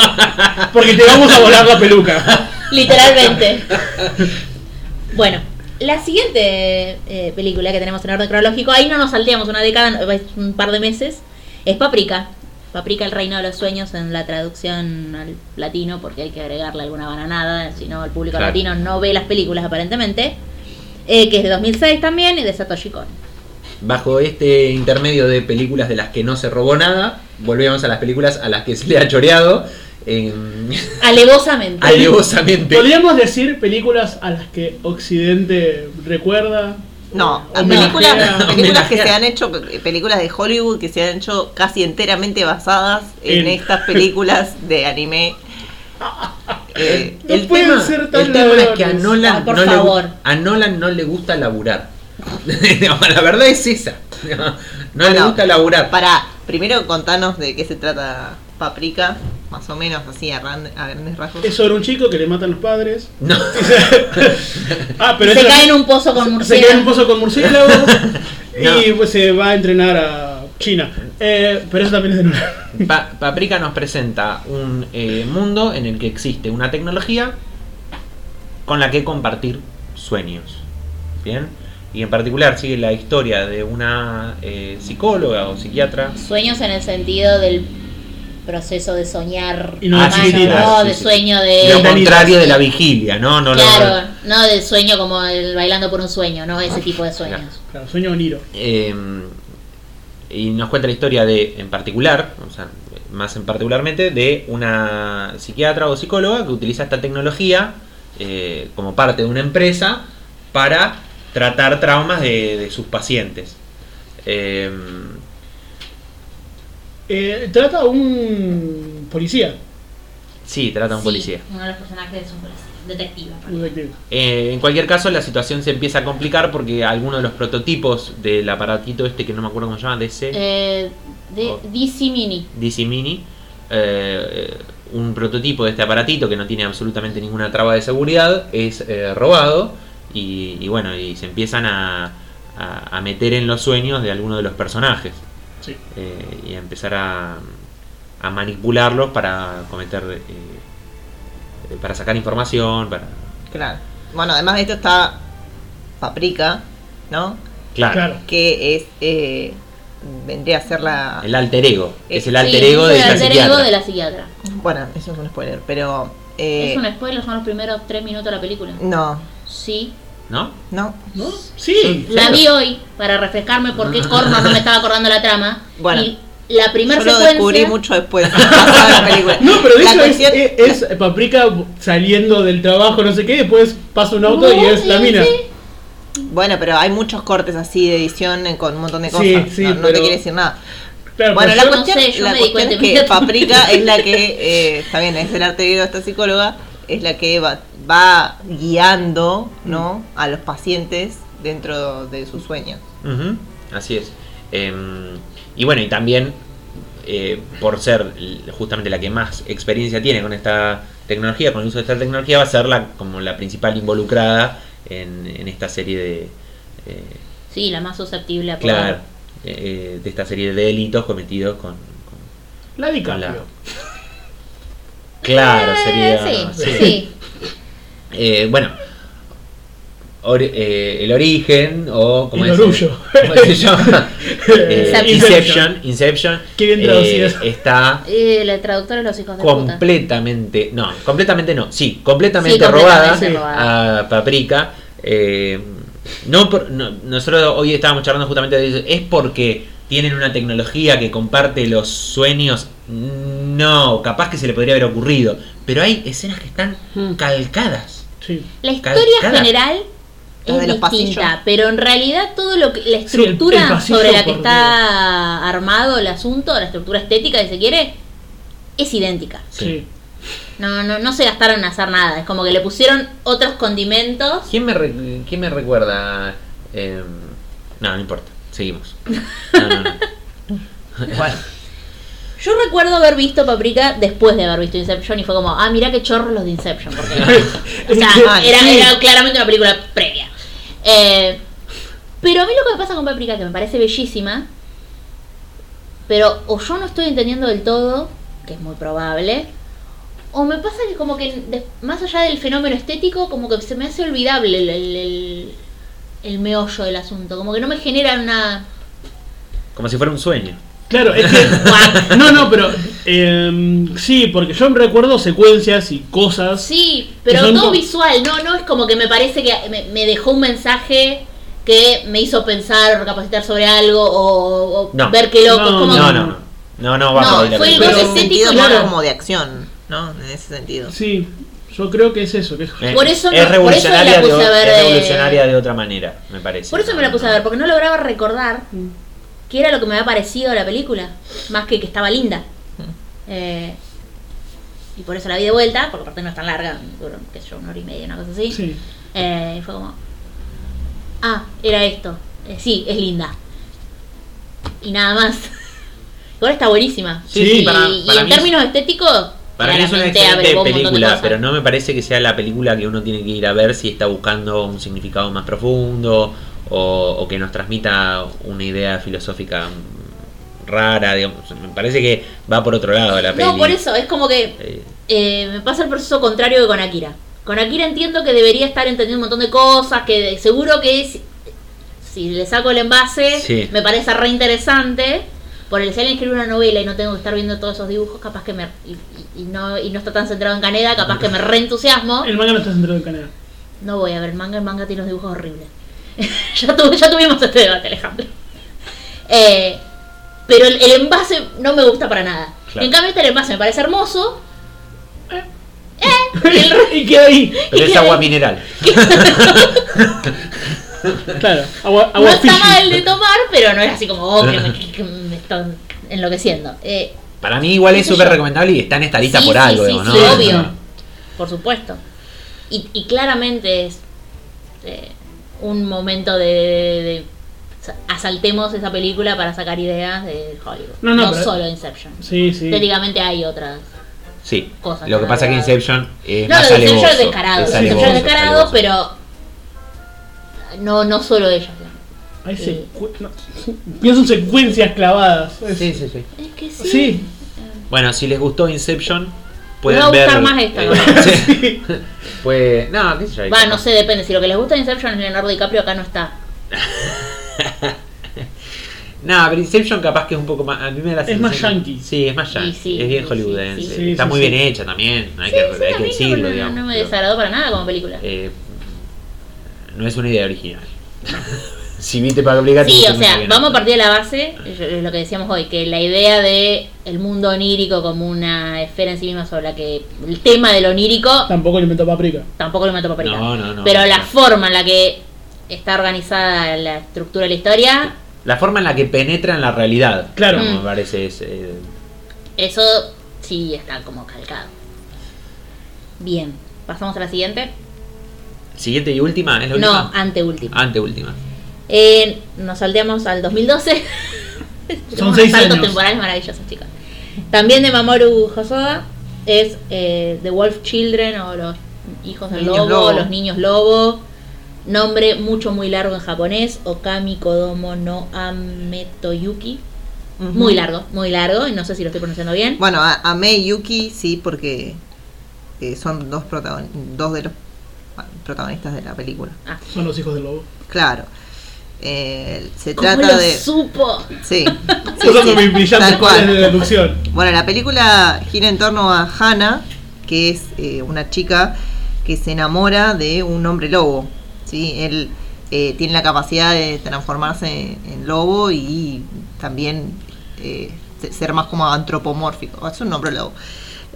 Porque te vamos a volar la peluca. Literalmente. Bueno, la siguiente eh, película que tenemos en orden cronológico, ahí no nos salteamos una década, eh, un par de meses, es Paprika. Paprika, el reino de los sueños en la traducción al latino, porque hay que agregarle alguna bananada, si no el público Claro. latino no ve las películas aparentemente, eh, que es de 2006 también y de Satoshi Kon. Bajo este intermedio de películas de las que no se robó nada, volvemos a las películas a las que se le ha choreado. em, Alevosamente. alevosamente. Podríamos decir películas a las que Occidente recuerda. No, O películas, homenajea. películas que se han hecho, películas de Hollywood que se han hecho casi enteramente basadas en, En- estas películas de anime. Eh, No pueden ser tan Eh, el tema es que a ladrones. Nolan, Ay, por no le, gu- favor. a Nolan no le gusta laburar. No, la verdad es esa. No, no le Ah, Bueno, gusta laburar. Para, primero contanos de qué se trata Paprika, más o menos así a, ran- a grandes rasgos. Es sobre un chico que le matan los padres. No. Ah, pero Se eso- cae en un pozo con Se queda en murciélago. un pozo con murciélagos y No. pues se va a entrenar a China. Eh, pero eso también es de nuevo. Pa- Paprika nos presenta un eh, mundo en el que existe una tecnología con la que compartir sueños. ¿Bien? Y en particular sigue la historia de una eh, psicóloga o psiquiatra. Sueños en el sentido del proceso de soñar. Y no humano, de chiquititas, no, Ah, sí, de sí. sueño Lo de. Vietnamitas. contrario de la vigilia, ¿no? no lo- Claro, no del sueño como el bailando por un sueño, no ese tipo de sueños. Claro, sueño oniro. Eh, y nos cuenta la historia de, en particular, o sea, más en particularmente, de una psiquiatra o psicóloga que utiliza esta tecnología eh, como parte de una empresa para tratar traumas de, de sus pacientes. Eh, Eh, trata a un policía, sí, trata a un Sí, policía. Uno de los personajes es un policía, detective. aparte. un detective. Eh, en cualquier caso, la situación se empieza a complicar porque alguno de los prototipos del aparatito este que no me acuerdo cómo se llama, DC... Eh, de Oh. DC Mini. DC Mini, eh, un prototipo de este aparatito que no tiene absolutamente ninguna traba de seguridad, es eh, robado y, y bueno, y se empiezan a, a- a meter en los sueños de alguno de los personajes Sí. eh, y a empezar a, a manipularlos para cometer, eh, eh, para sacar información, para... Claro. Bueno, además de esto está Paprika, ¿no? Claro, Claro. Que es, eh, vendría a ser la... el alter ego, es el Sí, alter Eh, Sí, ego de es el esta alter psiquiatra. ego de la psiquiatra. Bueno, eso es un spoiler, pero... eh, Mm. Es un spoiler, son los primeros tres minutos de la película. No, Sí. ¿No? no. ¿No? Sí. La vi hoy para refrescarme porque corno no me estaba acordando la trama. Bueno. Y la primera Yo lo secuencia. descubrí mucho después. pasada la película. No, pero de La hecho es, eh, cuestión- es- es Paprika saliendo del trabajo, no sé qué, después pasa un auto y es la mina. Sí. Bueno, pero hay muchos cortes así de edición eh, con un montón de cosas. Sí, sí, no, no te pero- quiere decir nada. Claro, Bueno, pero la yo- no cuestión, sé, yo la me di cuestión cuenta es que inmediatamente. Paprika es la que, eh, está bien, es el arte de esta psicóloga, es la que va, va guiando ¿no? a los pacientes dentro de sus sueños. Ujú, así es. Em, y bueno, y también eh, por ser l- justamente la que más experiencia tiene con esta tecnología, con el uso de esta tecnología, va a ser la, como la principal involucrada en, en esta serie de... eh, Sí, la más susceptible a poder. claro, eh, eh, de esta serie de delitos cometidos con... con- la con DiCaprio. la- Claro, Eh, sería... Sí, sí. sí. Eh, bueno, ori- eh, el origen o como El orullo. se llama? Eh, Inception. Inception. Inception. Qué bien traducido eso. está Eh, la traductora de los hijos de puta. completamente, no, completamente no, sí, completamente, Sí, robada, completamente robada. a Paprika. Eh, no, por- no- nosotros hoy estábamos charlando justamente de eso. es porque tienen una tecnología que comparte los sueños. No, capaz que se le podría haber ocurrido, pero hay escenas que están Hmm. Mm. calcadas. Sí. La historia Cada- general La de es los pasillos. distinta, pero en realidad todo lo que la Sí, el- el estructura pasillo, sobre la que por está armado el asunto, la estructura estética, si se quiere, es idéntica. Sí. No, no, no se gastaron en hacer nada. Es como que le pusieron otros condimentos. ¿Quién me, re- quién me recuerda? Em, no, no importa. Seguimos. No, no, no. Bueno, Yo recuerdo haber visto Paprika después de haber visto Inception y fue como, ah, mirá qué chorros los de Inception. Porque, o sea, Ah, Ay, era, sí. era claramente una película previa. Eh, pero a mí lo que me pasa con Paprika, que me parece bellísima, pero o yo no estoy entendiendo del todo, que es muy probable, o me pasa que como que de- más allá del fenómeno estético, como que se me hace olvidable el, el- el- el meollo del asunto, como que no me genera una... Como si fuera un sueño. Claro, es que. no, no, pero. eh, sí, porque yo recuerdo secuencias y cosas. Sí, pero Que son todo co- visual, no, no es como que me parece que me, me dejó un mensaje que me hizo pensar o recapacitar sobre algo o, o No. ver qué loco. es No, como- No, no, no. No, no, va No, por ahí la fue película. pero en entonces un estético, sentido claro. más como de acción, ¿no? En ese sentido. Sí, yo creo que es eso. Que es- Eh, por eso es no- por eso me la revolucionaria, puse de, a o- ver, es eh, revolucionaria de otra manera, me parece. Por eso me la puse a ver, porque no lograba recordar qué era lo que me había parecido la película, más que que estaba linda. Eh, y por eso la vi de vuelta, porque aparte no es tan larga, duró, qué sé yo, una hora y media, una cosa así. sí. Eh, y fue como, ah, era esto. Eh, sí, es linda. Y nada más. Igual está buenísima. Sí, sí, y, para- y para en mí es- términos estéticos, Para mí es una claramente excelente abrevó un montón de película, cosas. pero no me parece que sea la película que uno tiene que ir a ver si está buscando un significado más profundo o, o que nos transmita una idea filosófica mm, rara, digamos. Me parece que va por otro lado la peli. No, por eso, es como que Eh, eh, me pasa el proceso contrario que con Akira. Con Akira entiendo que debería estar entendiendo un montón de cosas, que de- seguro que es, si le saco el envase, Sí. me parece re interesante. Por el ser escribir una novela y no tengo que estar viendo todos esos dibujos, capaz que me. Y, y- y no, y no está tan centrado en Caneda, capaz que me reentusiasmo. El manga no está centrado en Canadá. No voy a ver manga, el manga tiene unos dibujos horribles. ya, tu- ya tuvimos este debate, Alejandro. Eh, pero el, el envase no me gusta para nada. Claro. En cambio, este el envase me parece hermoso. y queda ahí. pero es agua mineral. Claro, agua, no agua está fishy. mal de tomar, pero no es así como, oh, que me, que me están enloqueciendo. Eh, Para mí igual es Qué sé súper yo. recomendable y está en esta lista Sí, por sí, algo, sí, digamos, sí, ¿no? obvio. por supuesto. Y, y claramente es eh, un momento de, de- de- Asaltemos esa película para sacar ideas de Hollywood. No, No, no, pero- solo Inception. Sí, sí. Técnicamente hay otras. Sí. Cosas Lo que pasa es que descaradas. Inception es No, más lo de Inception es alevoso, descarado. es Inception es alevoso, descarado, alevoso. pero. No, no solo ellos. eh. Hay secu- no, Pienso en secuencias clavadas. Es- Sí, sí, sí. Es que sí. Sí. Bueno, si les gustó Inception, pueden va a ver... gustar más esta, eh, ¿no? sí. Pues, no, qué sé yo, Va, capaz. no sé, depende. Si lo que les gusta de Inception es Leonardo DiCaprio, acá no está. Nada, pero Inception capaz que es un poco más. A mí me da la Es más sensación- yankee. Sí, es más yankee. Y sí, es bien y sí, hollywoodense. sí, sí. Está Sí, muy sí, bien sí. hecha también. Hay Sí, que, sí, hay a que mí decirlo, no, no, digamos. no me pero, desagradó para nada como película. eh, no es una idea original. si viste para obligar Sí, o sea, vamos a partir de la base, es lo que decíamos hoy, que la idea de el mundo onírico como una esfera en sí misma sobre la que el tema del onírico Tampoco le meto paprika. tampoco lo mató Paprika. No, no, no. pero la No. forma en la que está organizada la estructura de la historia, La forma en la que penetra en la realidad. Claro. digamos, Mm. Me parece es. eh, eso sí está como calcado. Bien, pasamos a la siguiente. Siguiente y última, ¿es la No, última? Ah, Ah. anteúltima. Anteúltima. Eh, nos salteamos al 2012. Son Unos seis saltos años. temporales maravillosos, chicos. También de Mamoru Hosoda es eh, The Wolf Children o los hijos del Niños lobo, lobo. los niños lobo. Nombre mucho muy largo en japonés, Okami Kodomo no Ametoyuki. Ujú. Muy largo, muy largo, y no sé si lo estoy pronunciando bien. Bueno, a, a Mei y Yuki sí, porque eh, son dos, protagoni- dos de los ah, protagonistas de la película. Son los hijos del lobo. Claro. Eh, se ¿Cómo trata lo de. supo? Sí. Sí, Usando sí, mis brillantes tal cual. poderes de deducción. Bueno, la película gira en torno a Hannah, que es eh, una chica que se enamora de un hombre lobo. ¿sí? Él eh, tiene la capacidad de transformarse en lobo y también eh, se- ser más como antropomórfico. Es un hombre lobo.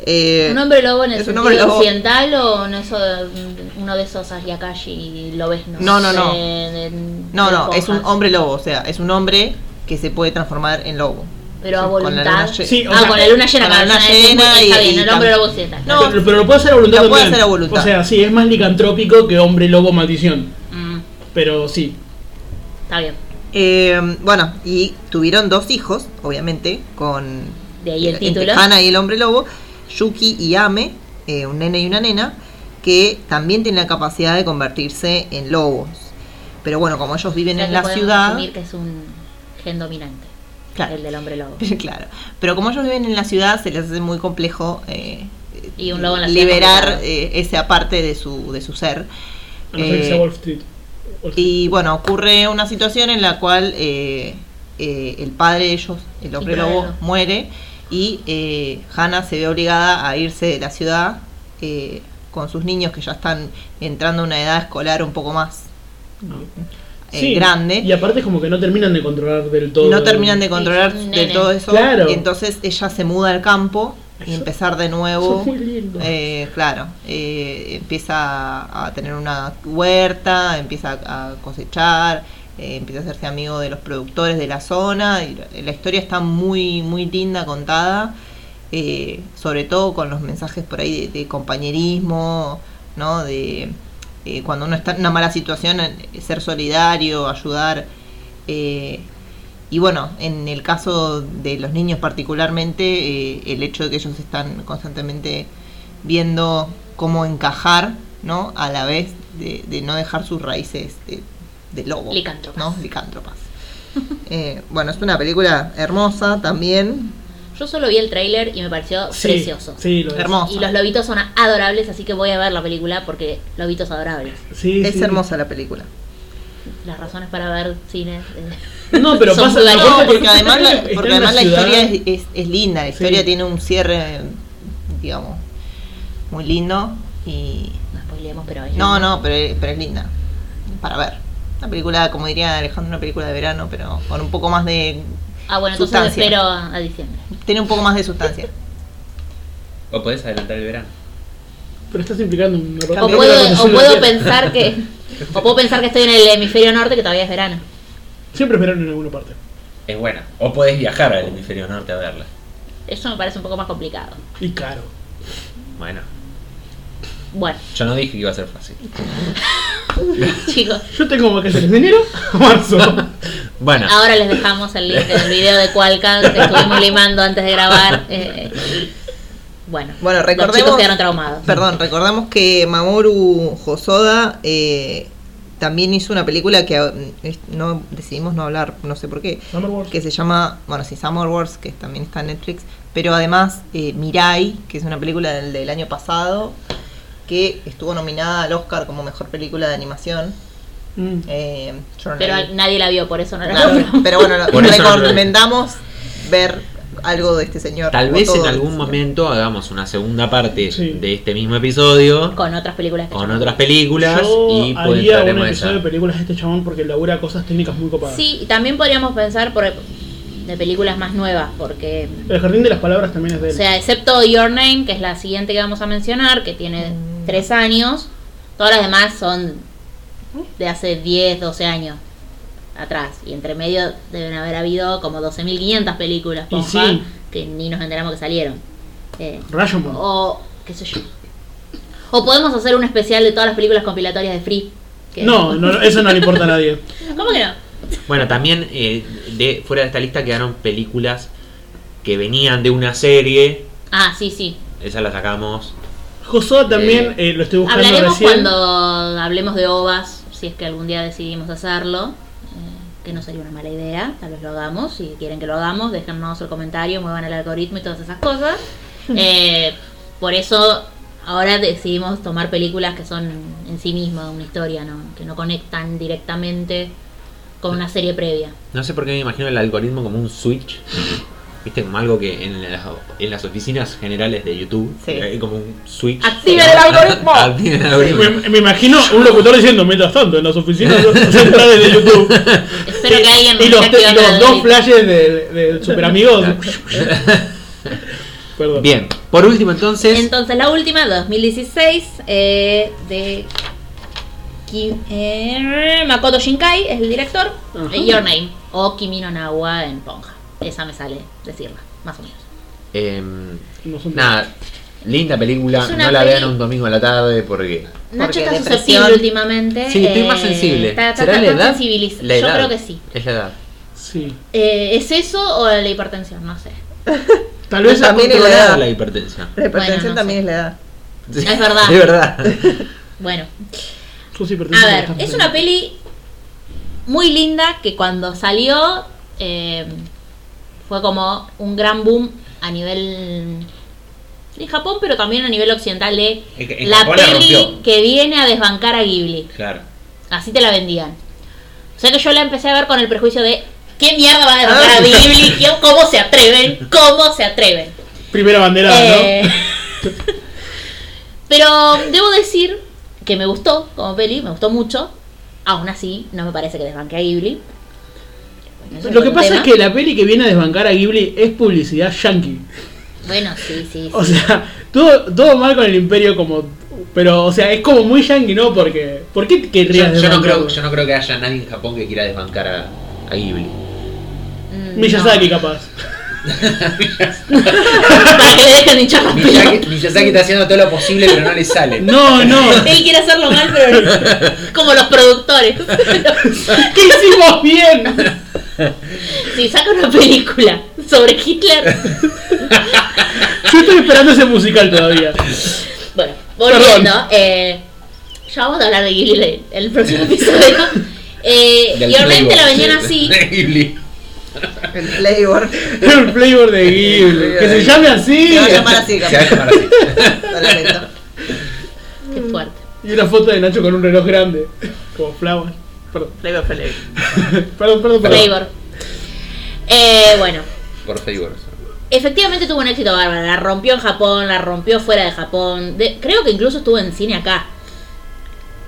Eh, ¿Un hombre lobo en el es un sentido hombre lobo. occidental o en eso, mm, uno de esos Ariakashi lobesnos? No, no, no. eh, en- no, en no, es un hojas? hombre lobo, o sea, es un hombre que se puede transformar en lobo. Pero a Con la luna voluntad. lle- Sí, o ah, sea, con la luna llena, con la luna de llena Está y- bien, y el hombre tam- lobo occidental. No. Pero, pero lo puede hacer a voluntad Lo puede también. hacer a voluntad. O sea, sí, es más licantrópico que hombre lobo maldición. Mm, Pero sí. está bien. Eh, bueno, y tuvieron dos hijos, obviamente, con De ahí el entre título. Hannah y el hombre lobo, Yuki y Ame, eh, un nene y una nena, que también tienen la capacidad de convertirse en lobos. Pero bueno, como ellos O viven sea en que la podemos ciudad, asumir que es un gen dominante. claro, El del hombre lobo. claro, pero como ellos viven en la ciudad, se les hace muy complejo eh, Y un lobo en la ciudad liberar complicado. eh, esa parte de su, de su ser. A no ser que Eh, sea Wall Street. Wall Street. Y bueno, ocurre una situación en la cual eh, eh, el padre de ellos, el hombre Sí, lobo, claro. muere y eh, Hannah se ve obligada a irse de la ciudad eh, con sus niños que ya están entrando a una edad escolar un poco más eh, Sí, grande. Y aparte es como que no terminan de controlar del todo. No terminan de controlar Sí, del son nenes. todo eso. Claro. Y entonces ella se muda al campo y Eso- empezar de Eso nuevo. es muy lindo. Eh, claro, eh, empieza a tener una huerta, empieza a cosechar, eh, empieza a hacerse amigo de los productores de la zona. y la- la historia está muy, muy linda contada, eh, sobre todo con los mensajes por ahí de, de compañerismo, ¿no? De eh, cuando uno está en una mala situación, eh, ser solidario, ayudar. eh, y bueno, en el caso de los niños particularmente, eh, el hecho de que ellos están constantemente viendo cómo encajar, ¿no? A la vez de, de no dejar sus raíces de, de lobo. Licántropas. ¿no? Licántropas. Eh, bueno, es una película hermosa también. Yo solo vi el tráiler y me pareció Sí, precioso. Sí, lo es. Hermosa. Y los lobitos son adorables, así que voy a ver la película porque lobitos adorables. Sí, Es sí. hermosa la película. Las razones para ver cine. eh, No, pero son pasa- plurales. no, No, porque además la, Está en porque una además la ciudad- historia es, es- es linda, la historia Sí. tiene un cierre, digamos, muy lindo. Y No spoileemos, pero es no, lindo. no, pero, pero es linda para ver. Una película, como diría Alejandro, una película de verano, pero con un poco más de Ah, bueno, entonces Sustancia. espero a a diciembre. tiene un poco más de sustancia. O podés adelantar el verano. Pero estás implicando un O También una puedo, condición o puedo laboral. pensar que o puedo pensar que estoy en el hemisferio norte que todavía es verano. Siempre esperaron en alguna parte. Es buena. O podés viajar al hemisferio norte a verla. Eso me parece un poco más complicado. Y caro. Bueno, Bueno, yo no dije que iba a ser fácil. chicos, Yo tengo vacaciones de enero a marzo. Bueno, ahora les dejamos el link del video de Qualcomm que estuvimos limando antes de grabar. eh, bueno, Bueno, los chicos recordemos, quedaron traumados. perdón, recordamos que Mamoru Hosoda eh, también hizo una película que mm, es- no decidimos no hablar, no sé por qué, Summer Wars. que se llama, bueno, sí, Summer Wars, que también está en Netflix, pero además eh, Mirai, que es una película del, del año pasado, que estuvo nominada al Oscar como mejor película de animmación. Mm. Eh, yo no la Pero vi. nadie la vio, por eso no la Claro, nombramos. pero bueno, Por eso no la vi. recomendamos ver algo de este señor. Tal o vez todo en de algún este señor. momento hagamos una segunda parte Sí. de este mismo episodio Con otras películas que con yo- otras películas Yo y pues haría un entraremos en episodio de esa. películas de este chabón porque labura cosas técnicas muy copadas. Sí, y también podríamos pensar por, de películas más nuevas, porque El jardín de las palabras también es de O él. sea, excepto Your Name, que es la siguiente que vamos a mencionar, que tiene Mm. tres años, todas las demás son ¿Eh? de hace 10, 12 años atrás. Y entre medio deben haber habido como 12.500 películas Y ponja, sí. que ni nos enteramos que salieron. Eh, Rashomon. o qué sé yo. O podemos hacer un especial de todas las películas compilatorias de Free. que- No, no, no, eso no le importa a nadie. ¿Cómo que no? Bueno, también eh, de, fuera de esta lista quedaron películas que venían de una serie. Ah, sí, sí. Esa la sacamos. Josoda también eh, lo estoy buscando Hablaremos recién. cuando hablemos de ovas, si es que algún día decidimos hacerlo, eh, que no sería una mala idea, tal vez lo hagamos, si quieren que lo hagamos, déjennos el comentario, muevan el algoritmo y todas esas cosas. Eh, por eso ahora decidimos tomar películas que son en sí mismas una historia, ¿no? que no conectan directamente con una serie previa. No sé por qué me imagino el algoritmo como un switch. Viste, como algo que en, las- en las oficinas generales de YouTube eh, Sí. hay como un switch. ¡Activen el algoritmo! Activen el algoritmo. Eh, Me, me imagino un locutor diciendo, mientras tanto, en las oficinas centrales de YouTube. Espero que alguien y nos los, esté y los activando dos el- flashes del, del Super Amigos. Perdón. Bien, por último entonces, Entonces la última, 2016, eh, de Ki- eh, Makoto Shinkai, es el director, Ajá. eh, Your Name, o Kimi no Nawa en Ponja. Esa me sale decirla, más o menos. em, No son- nada, linda película, Es una no la peli- vean un domingo a la tarde porque... Nacho Porque está depresión. susceptible últimamente. Sí, estoy eh, más sensible. Está, está- ¿Será está la edad? sensibiliz- La Yo edad. creo que sí. Es la edad. Sí. Eh, ¿Es eso o la hipertensión? No sé. Tal vez También es la edad. la hipertensión. La hipertensión Bueno, no también sé. es la edad. Es verdad. Es verdad. Bueno, Sus A hipertensos ver, están es bien. una peli muy linda que cuando salió eh, fue como un gran boom a nivel de Japón, pero también a nivel occidental de En- en la Japón la peli rompió. que viene a desbancar a Ghibli. Claro. Así te la vendían. O sea que yo la empecé a ver con el prejuicio de ¿qué mierda va a desbancar a Ah. Ghibli? ¿Qué- ¿Cómo se atreven? ¿Cómo se atreven? Primera bandera, Eh, pero debo decir que me gustó como peli, me gustó mucho. Aún así, no me parece que desbanque a Ghibli. Bueno, eso ¿no? es Lo que otro pasa tema. es que la peli que viene a desbancar a Ghibli es publicidad yankee. Bueno, sí, sí. sí. O sea, todo, todo mal con el imperio como... Pero, o sea, es como muy yankee, ¿no? Porque... ¿Por qué querrías Yo, yo no desbancarlo? creo, yo no creo que haya nadie en Japón que quiera desbancar a, a Ghibli. Mm, Miyazaki, capaz. no. Para que le dejen hinchar los pelos. Miyazaki, Miyazaki está haciendo todo lo posible, pero no le sale. No, no. Él quiere hacerlo mal, pero no. como los productores. ¿Qué hicimos bien? Si saca una película sobre Hitler, Yo estoy esperando ese musical todavía. bueno, volviendo, eh, ya vamos a hablar de Ghibli en el próximo episodio. Eh, Del y obviamente Playboy. la vendían así. Ghibli. El Playboy. El flavor de Ghibli. Que se llame así. Se va a llamar así, Se va a capaz. llamar así. Solamente. Qué Mm. fuerte. Y una foto de Nacho con un reloj grande. Como Flower. Perdón, Playboy, Playboy. perdón, perdón. perdón. Flavor. Eh, bueno, Por favor. efectivamente tuvo un éxito bárbaro. La rompió en Japón, la rompió fuera de Japón. De- creo que incluso estuvo en cine acá.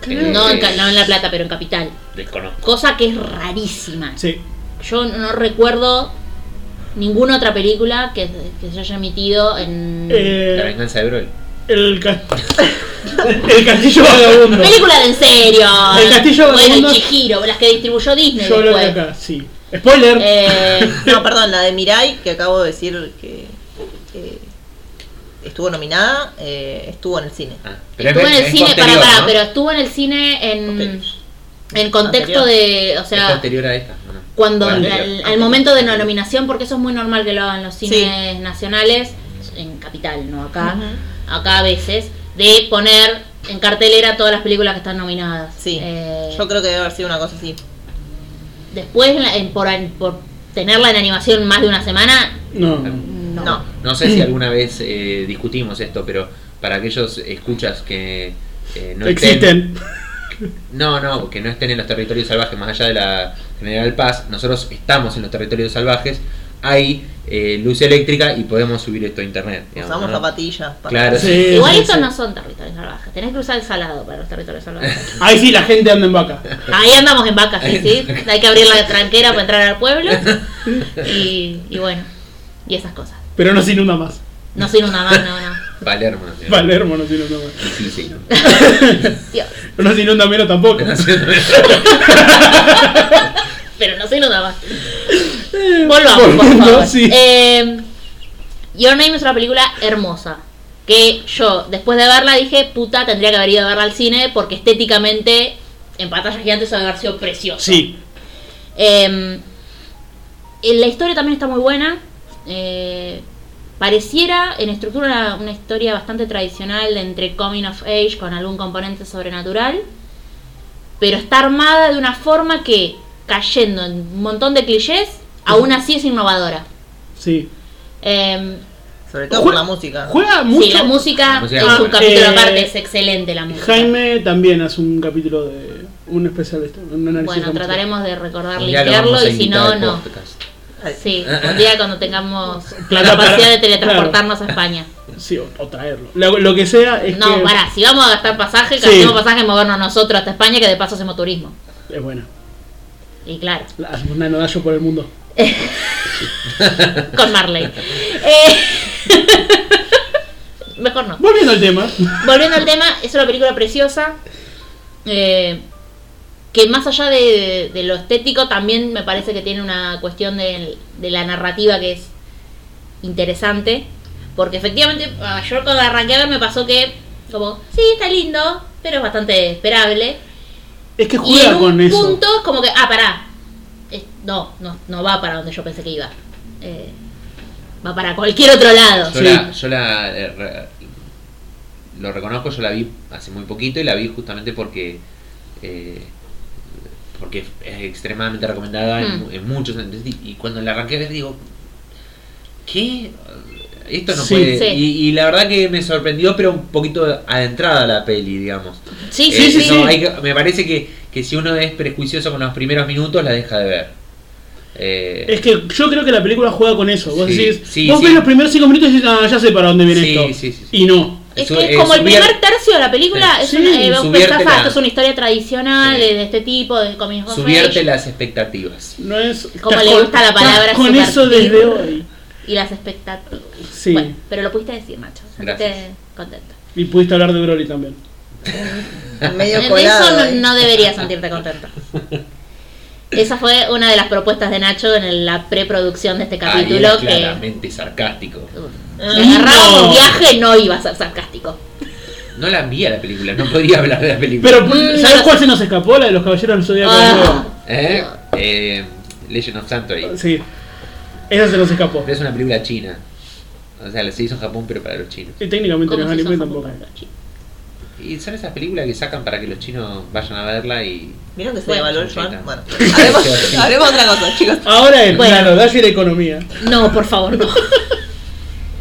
No en, Ca- no en La Plata, pero en Capital. Eh, Desconozco. Cosa que es rarísima. Sí. Yo no recuerdo ninguna otra película que, que se haya emitido en... La Eh, venganza de Broly. el, ca- el castillo vagabundo. Película de en serio. El Castillo de Bueno, Vagabundo- y Chihiro, las que distribuyó Disney Yo lo vi después. acá, sí. Spoiler. Eh, No, perdón, la de Mirai, que acabo de decir que eh, estuvo nominada, eh, estuvo en el cine. Ah, estuvo en el cine, posterior, para, para, ¿no? pero estuvo en el cine en, en contexto Anterior. de, o es sea, posterior a esta. ¿o no? cuando O al, anterior. al- al momento de la nominación, porque eso es muy normal que lo hagan los Sí. cines nacionales, en capital, no acá, Ujú. acá a veces, de poner en cartelera todas las películas que están nominadas. Sí. Eh, Yo creo que debe haber sido una cosa así. Después, en la- en- por, an- por tenerla en animación más de una semana, No. no. No. No sé si alguna vez eh, discutimos esto, pero para aquellos escuchas que eh, no Estén, Existen. no, no, que no estén en los territorios salvajes, más allá de la General Paz, nosotros estamos en los territorios salvajes, hay eh, luz eléctrica y podemos subir esto a internet. digamos, Usamos ¿no? zapatillas. para- Claro, Sí, sí. Igual sí, estos sí. no son territorios salvajes, tenés que cruzar el salado para los territorios salvajes. Ahí sí la gente anda en vaca. Ahí andamos en vacas, sí, sí. Hay que abrir la tranquera para entrar al pueblo. Y, y bueno, y esas cosas. Pero no se inunda más. No soy una más, no, no. Palermo. digamos. Palermo no se inunda más. Sí, sí. Dios. Pero no se inunda menos tampoco. Pero no soy nada más. Volvamos, por Volviendo, favor. sí. Eh, Your Name es una película hermosa. Que yo, después de verla, dije, puta, tendría que haber ido a verla al cine porque estéticamente en pantallas gigantes debe haber sido precioso. Sí. Eh, la historia también está muy buena. Eh, pareciera en estructura una, una historia bastante tradicional de entre coming of age con algún componente sobrenatural. Pero está armada de una forma que, cayendo en un montón de clichés, aún así es innovadora. Sí. Eh, Sobre todo por Juega- la música. Juega mucho. sí, la música, La música es es un buena. capítulo Eh, aparte, es excelente la música. Jaime también hace un capítulo de un especial de esto, un análisis de bueno, la música. trataremos de recordar Ya lo vamos limpiarlo a y si invitar no, al no. podcast. Sí, Eh, un día cuando tengamos la Plata para- capacidad de teletransportarnos a España. Sí, o, o traerlo. Lo, lo que sea es No, que pará, si vamos a gastar pasaje, Sí. gastemos pasaje y movernos nosotros hasta España, que de paso hacemos turismo. es buena. Y claro, La- Hacemos un nanodayo por el mundo. con Marley. Eh, Mejor no. Volviendo al tema. Volviendo al tema, es una película preciosa. eh, que más allá de, de lo estético, también me parece que tiene una cuestión de, de la narrativa que es interesante. Porque efectivamente, ah, yo cuando arranqué a ver me pasó que, como, sí, está lindo, pero es bastante esperable. Es que Y en juega un con eso. punto es como que, ah, pará. Es- no, no, no va para donde yo pensé que iba. Eh, va para cualquier otro lado. Yo Sí. la, yo la, eh, re- lo reconozco, yo la vi hace muy poquito y la vi justamente porque eh, porque es extremadamente recomendada en, Mm. en muchos sentidos. y, y cuando la arranqué a ver digo ¿qué? Esto no Sí. puede Sí. Y, y la verdad que me sorprendió pero un poquito adentrada la peli digamos Sí, Eh, sí, sí. no, hay que- me parece que, que si uno es prejuicioso con los primeros minutos la deja de ver Eh, Es que yo creo que la película juega con eso. Vos Sí, decís, sí, vos sí. ves los primeros cinco minutos y dices, ah, ya sé para dónde viene Sí, esto. sí, sí, sí. Y no. Es su- que eh, es como el subir- primer tercio de la película, es Sí, una, eh, vos pensás, subiértela. ah, esto es una historia tradicional Sí. de, de este tipo, de Coming of subirte Age, las expectativas No es. Como estás le con- gusta la palabra estás Con eso subvertir. desde hoy. y las expectativas. Sí. Bueno, pero lo pudiste decir, Nacho. Sentiste Gracias. contento. Y pudiste hablar de Broly también. Medio De colado. eso no, eh. no deberías sentirte contento. Esa fue una de las propuestas de Nacho en el- la preproducción de este Ariel capítulo. que claramente sarcástico. si agarrábamos viaje, no iba a ser sarcástico. No la vi a la película, no podía hablar de la película. Pero, Mm, ¿sabes no lo cuál sé. se nos escapó? La de los caballeros del Zodíaco. Ah. ¿Eh? Eh, Legend of Santory. nuevo. Sí. Esa se nos escapó. Es una película china. O sea, se hizo en Japón, pero para los chinos. Y técnicamente no ¿Cómo es se hizo anime famoso tampoco. para los chicos? Y son esas películas que sacan para que los chinos vayan a verla y. ¿Vieron que se Bueno, devaluó el sí, yuan? está. Bueno, hablemos, hablemos otra cosa, chicos. Ahora es Bueno. claro, Dash y la economía. No, por favor, no.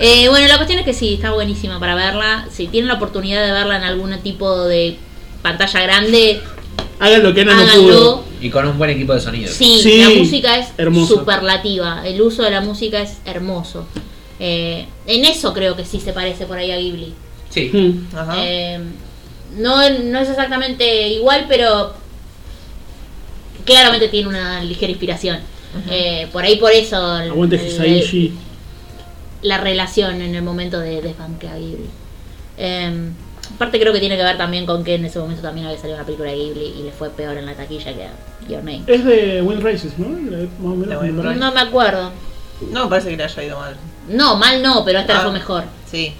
Eh, bueno, la cuestión es que sí, está buenísima para verla. Si tienen la oportunidad de verla en algún tipo de pantalla grande, Hagan lo que Ana no háganlo. pudo. Y con un buen equipo de sonido. Sí, Sí, la música es hermoso. superlativa, el uso de la música es hermoso. Eh, en eso creo que sí se parece por ahí a Ghibli. Sí. Mm. Ajá. Eh, no, no es exactamente igual, pero claramente tiene una ligera inspiración. Eh, por ahí por eso el- Aguante el- Hisaishi. la relación en el momento de desbanque a Ghibli. Eh, aparte creo que tiene que ver también con que en ese momento también había salido una película de Ghibli y le fue peor en la taquilla que a Your Name. Es de Wind Races, ¿no? La- Más o menos. De Wind Races. No me acuerdo. No me parece que le haya ido mal. No, mal no, pero esta Ah. la fue mejor. Sí.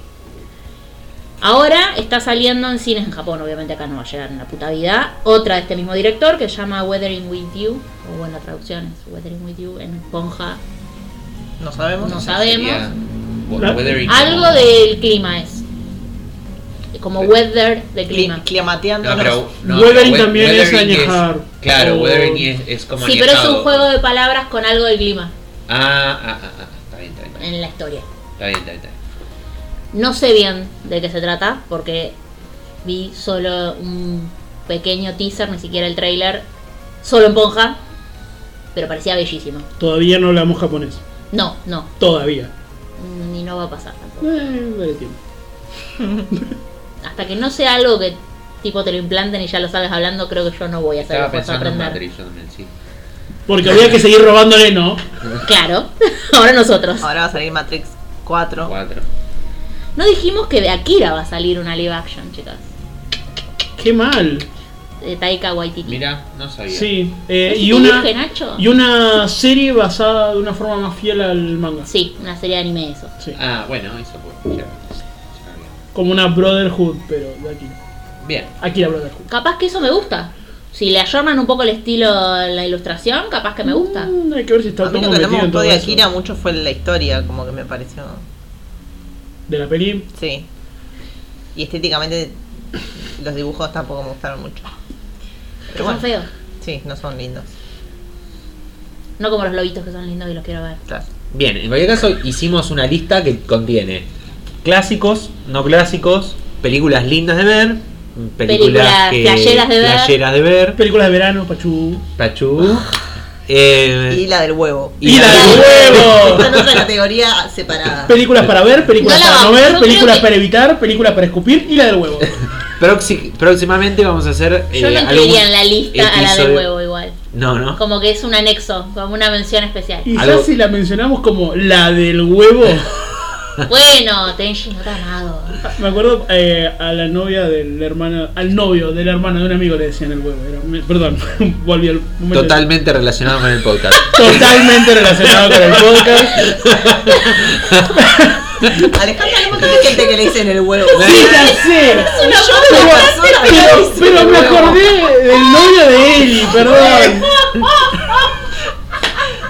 Ahora está saliendo en cines en Japón, obviamente acá no va a llegar en la puta vida. Otra de este mismo director que se llama Weathering with You, o bueno, la traducción es Weathering with You en Ponja. No sabemos. No sabemos. Sería- bueno, Weathering- Algo del clima es. Como weather de Cli- clima. climateando. No, pero. No, pero Weathering We- también es Weathering añejar. Oh. claro, O- Weathering es, es como Sí, pero es un añejado. juego de palabras con algo del clima Ah, ah, ah, ah, está bien, está bien. en la historia. Está bien, está bien. está bien. No sé bien de qué se trata porque vi solo un pequeño teaser, ni siquiera el trailer, solo en Ponja, pero parecía bellísimo. Todavía no hablamos japonés. No, no, Todavía. ni no va a pasar tampoco. Eh, dale tiempo. Hasta que no sea algo que tipo te lo implanten y ya lo sabes hablando, creo que yo no voy a hacer Estaba esfuerzo a pensando en aprender. Matrix, yo también, sí. Porque había que seguir robándole, ¿no? Claro, ahora nosotros. Ahora va a salir Matrix 4. Cuatro. No dijimos que de Akira va a salir una live action, chicas. Qué mal. De Taika Waititi. Mira, no sabía. Sí. eh, ¿Ves que y, te una, dije, Nacho? y una serie basada de una forma más fiel al manga. Sí, una serie de anime de eso. Sí. Ah, bueno, eso pues. ya- ya Como una Brotherhood, pero de aquí. había. Bien. Aquí la Brotherhood. Capaz que eso me gusta. Si le ayornan un poco el estilo a la ilustración, capaz que me gusta. Mm, hay que ver si está A mí poco lo que no me metido en gustó todo de eso. Akira mucho fue la historia, como que me pareció. De la peli. Sí. Y estéticamente los dibujos tampoco me gustaron mucho. Pero Son bueno, feos. sí, no son lindos. No como los lobitos que son lindos y los quiero ver. Claro. Bien, en cualquier caso hicimos una lista que contiene clásicos, no clásicos, películas lindas de ver, películas, Películas que- playeras de ver. playeras de ver, Películas de verano, Pachú. Pachú. eh, Y la del huevo. Y ¡Y la la- del huevo! Esta es otra categoría separada. Películas para ver, películas No la para no vamos, yo ver, creo películas que- para evitar, películas para escupir y la del huevo. proxi- próximamente vamos a hacer. Yo eh, no algún incluiría en la lista a la del episodio- huevo igual. No, no. Como que es un anexo, como una mención especial. Y ya Algo- si la mencionamos como la del huevo, Bueno, Tenchi no te amado. me acuerdo eh, a la novia del hermano, al novio de la hermana de un amigo le decían el huevo. era- me- perdón, volví al momento. Totalmente relacionado con el podcast. Totalmente relacionado con el podcast. Alejandra, hay un montón de gente que le dicen el huevo. Sí, ya sé. Y yo Pero, una persona que le pero, dice pero el me huevo. acordé del novio de Eli, perdón.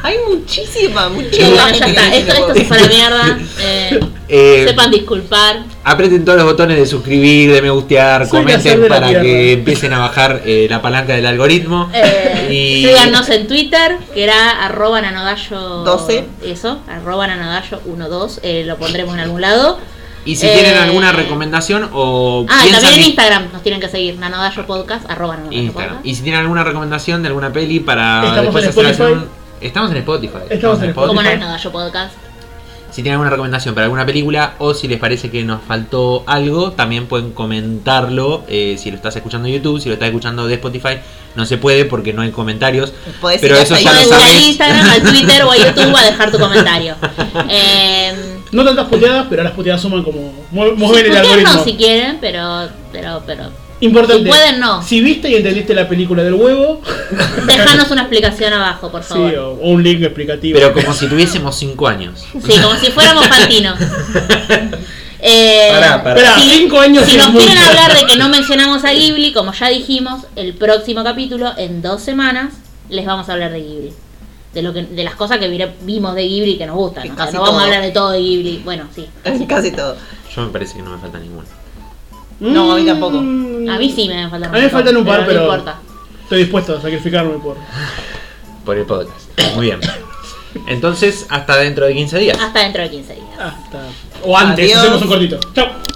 Hay muchísima, Bueno, muchísima ya gente que está. le dice Esto, el esto huevo. se fue a la mierda. Eh, Eh, sepan disculpar. Aprieten todos los botones de suscribir, de me gustear, Soy Nazar comenten de la para Tierra. que empiecen a bajar eh, la palanca del algoritmo. Eh, Y- Síganos en Twitter, que era arroba nanodallo 12. Eso, arroba nanodallo 12. eh, lo pondremos en algún lado. Y si tienen Eh, alguna recomendación o Ah, y piensan también en que- Instagram nos tienen que seguir. Nanodallo podcast, arroba nanodallo Instagram. podcast. Y si tienen alguna recomendación de alguna peli para Estamos después en hacer Spotify. algún- Estamos en Spotify. Estamos en Como Spotify. nanodallo podcast. Si tienen alguna recomendación para alguna película o si les parece que nos faltó algo, también pueden comentarlo. eh, si lo estás escuchando en YouTube, si lo estás escuchando de Spotify, no se puede porque no hay comentarios. Podés Pero ir eso hasta ya ahí. lo Pueden ir a sabes. Instagram, al Twitter o a YouTube a dejar tu comentario. Eh, No tantas puteadas, pero las puteadas suman como. mu- Mueven Sí, el putearnos algoritmo. si quieren, pero, pero, pero Importante. Si pueden, no. Si viste y entendiste la película del huevo, Dejanos una explicación abajo, por sí, favor. o, o un link explicativo. Pero como si tuviésemos 5 años. Sí, como si fuéramos pantinos. Eh, Pará, pará. Esperá, si- cinco años si es nos quieren mucho. hablar de que no mencionamos a Ghibli, como ya dijimos, el próximo capítulo, en dos semanas, les vamos a hablar de Ghibli. De, lo que, de las cosas que vira- vimos de Ghibli que nos gustan. Que ¿no? O sea, casi no vamos a todo. hablar de todo de Ghibli. Bueno, sí. Casi, casi todo. Yo me parece que no me falta ninguno. No, a mí tampoco. Mm, A mí sí me faltan A mí me faltan un par, pero- No importa. Estoy dispuesto a sacrificarme por. Por el podcast. Muy bien. Entonces, hasta dentro de 15 días. Hasta dentro de 15 días. Hasta. Ah, O antes, Adiós. hacemos un cortito. Chao.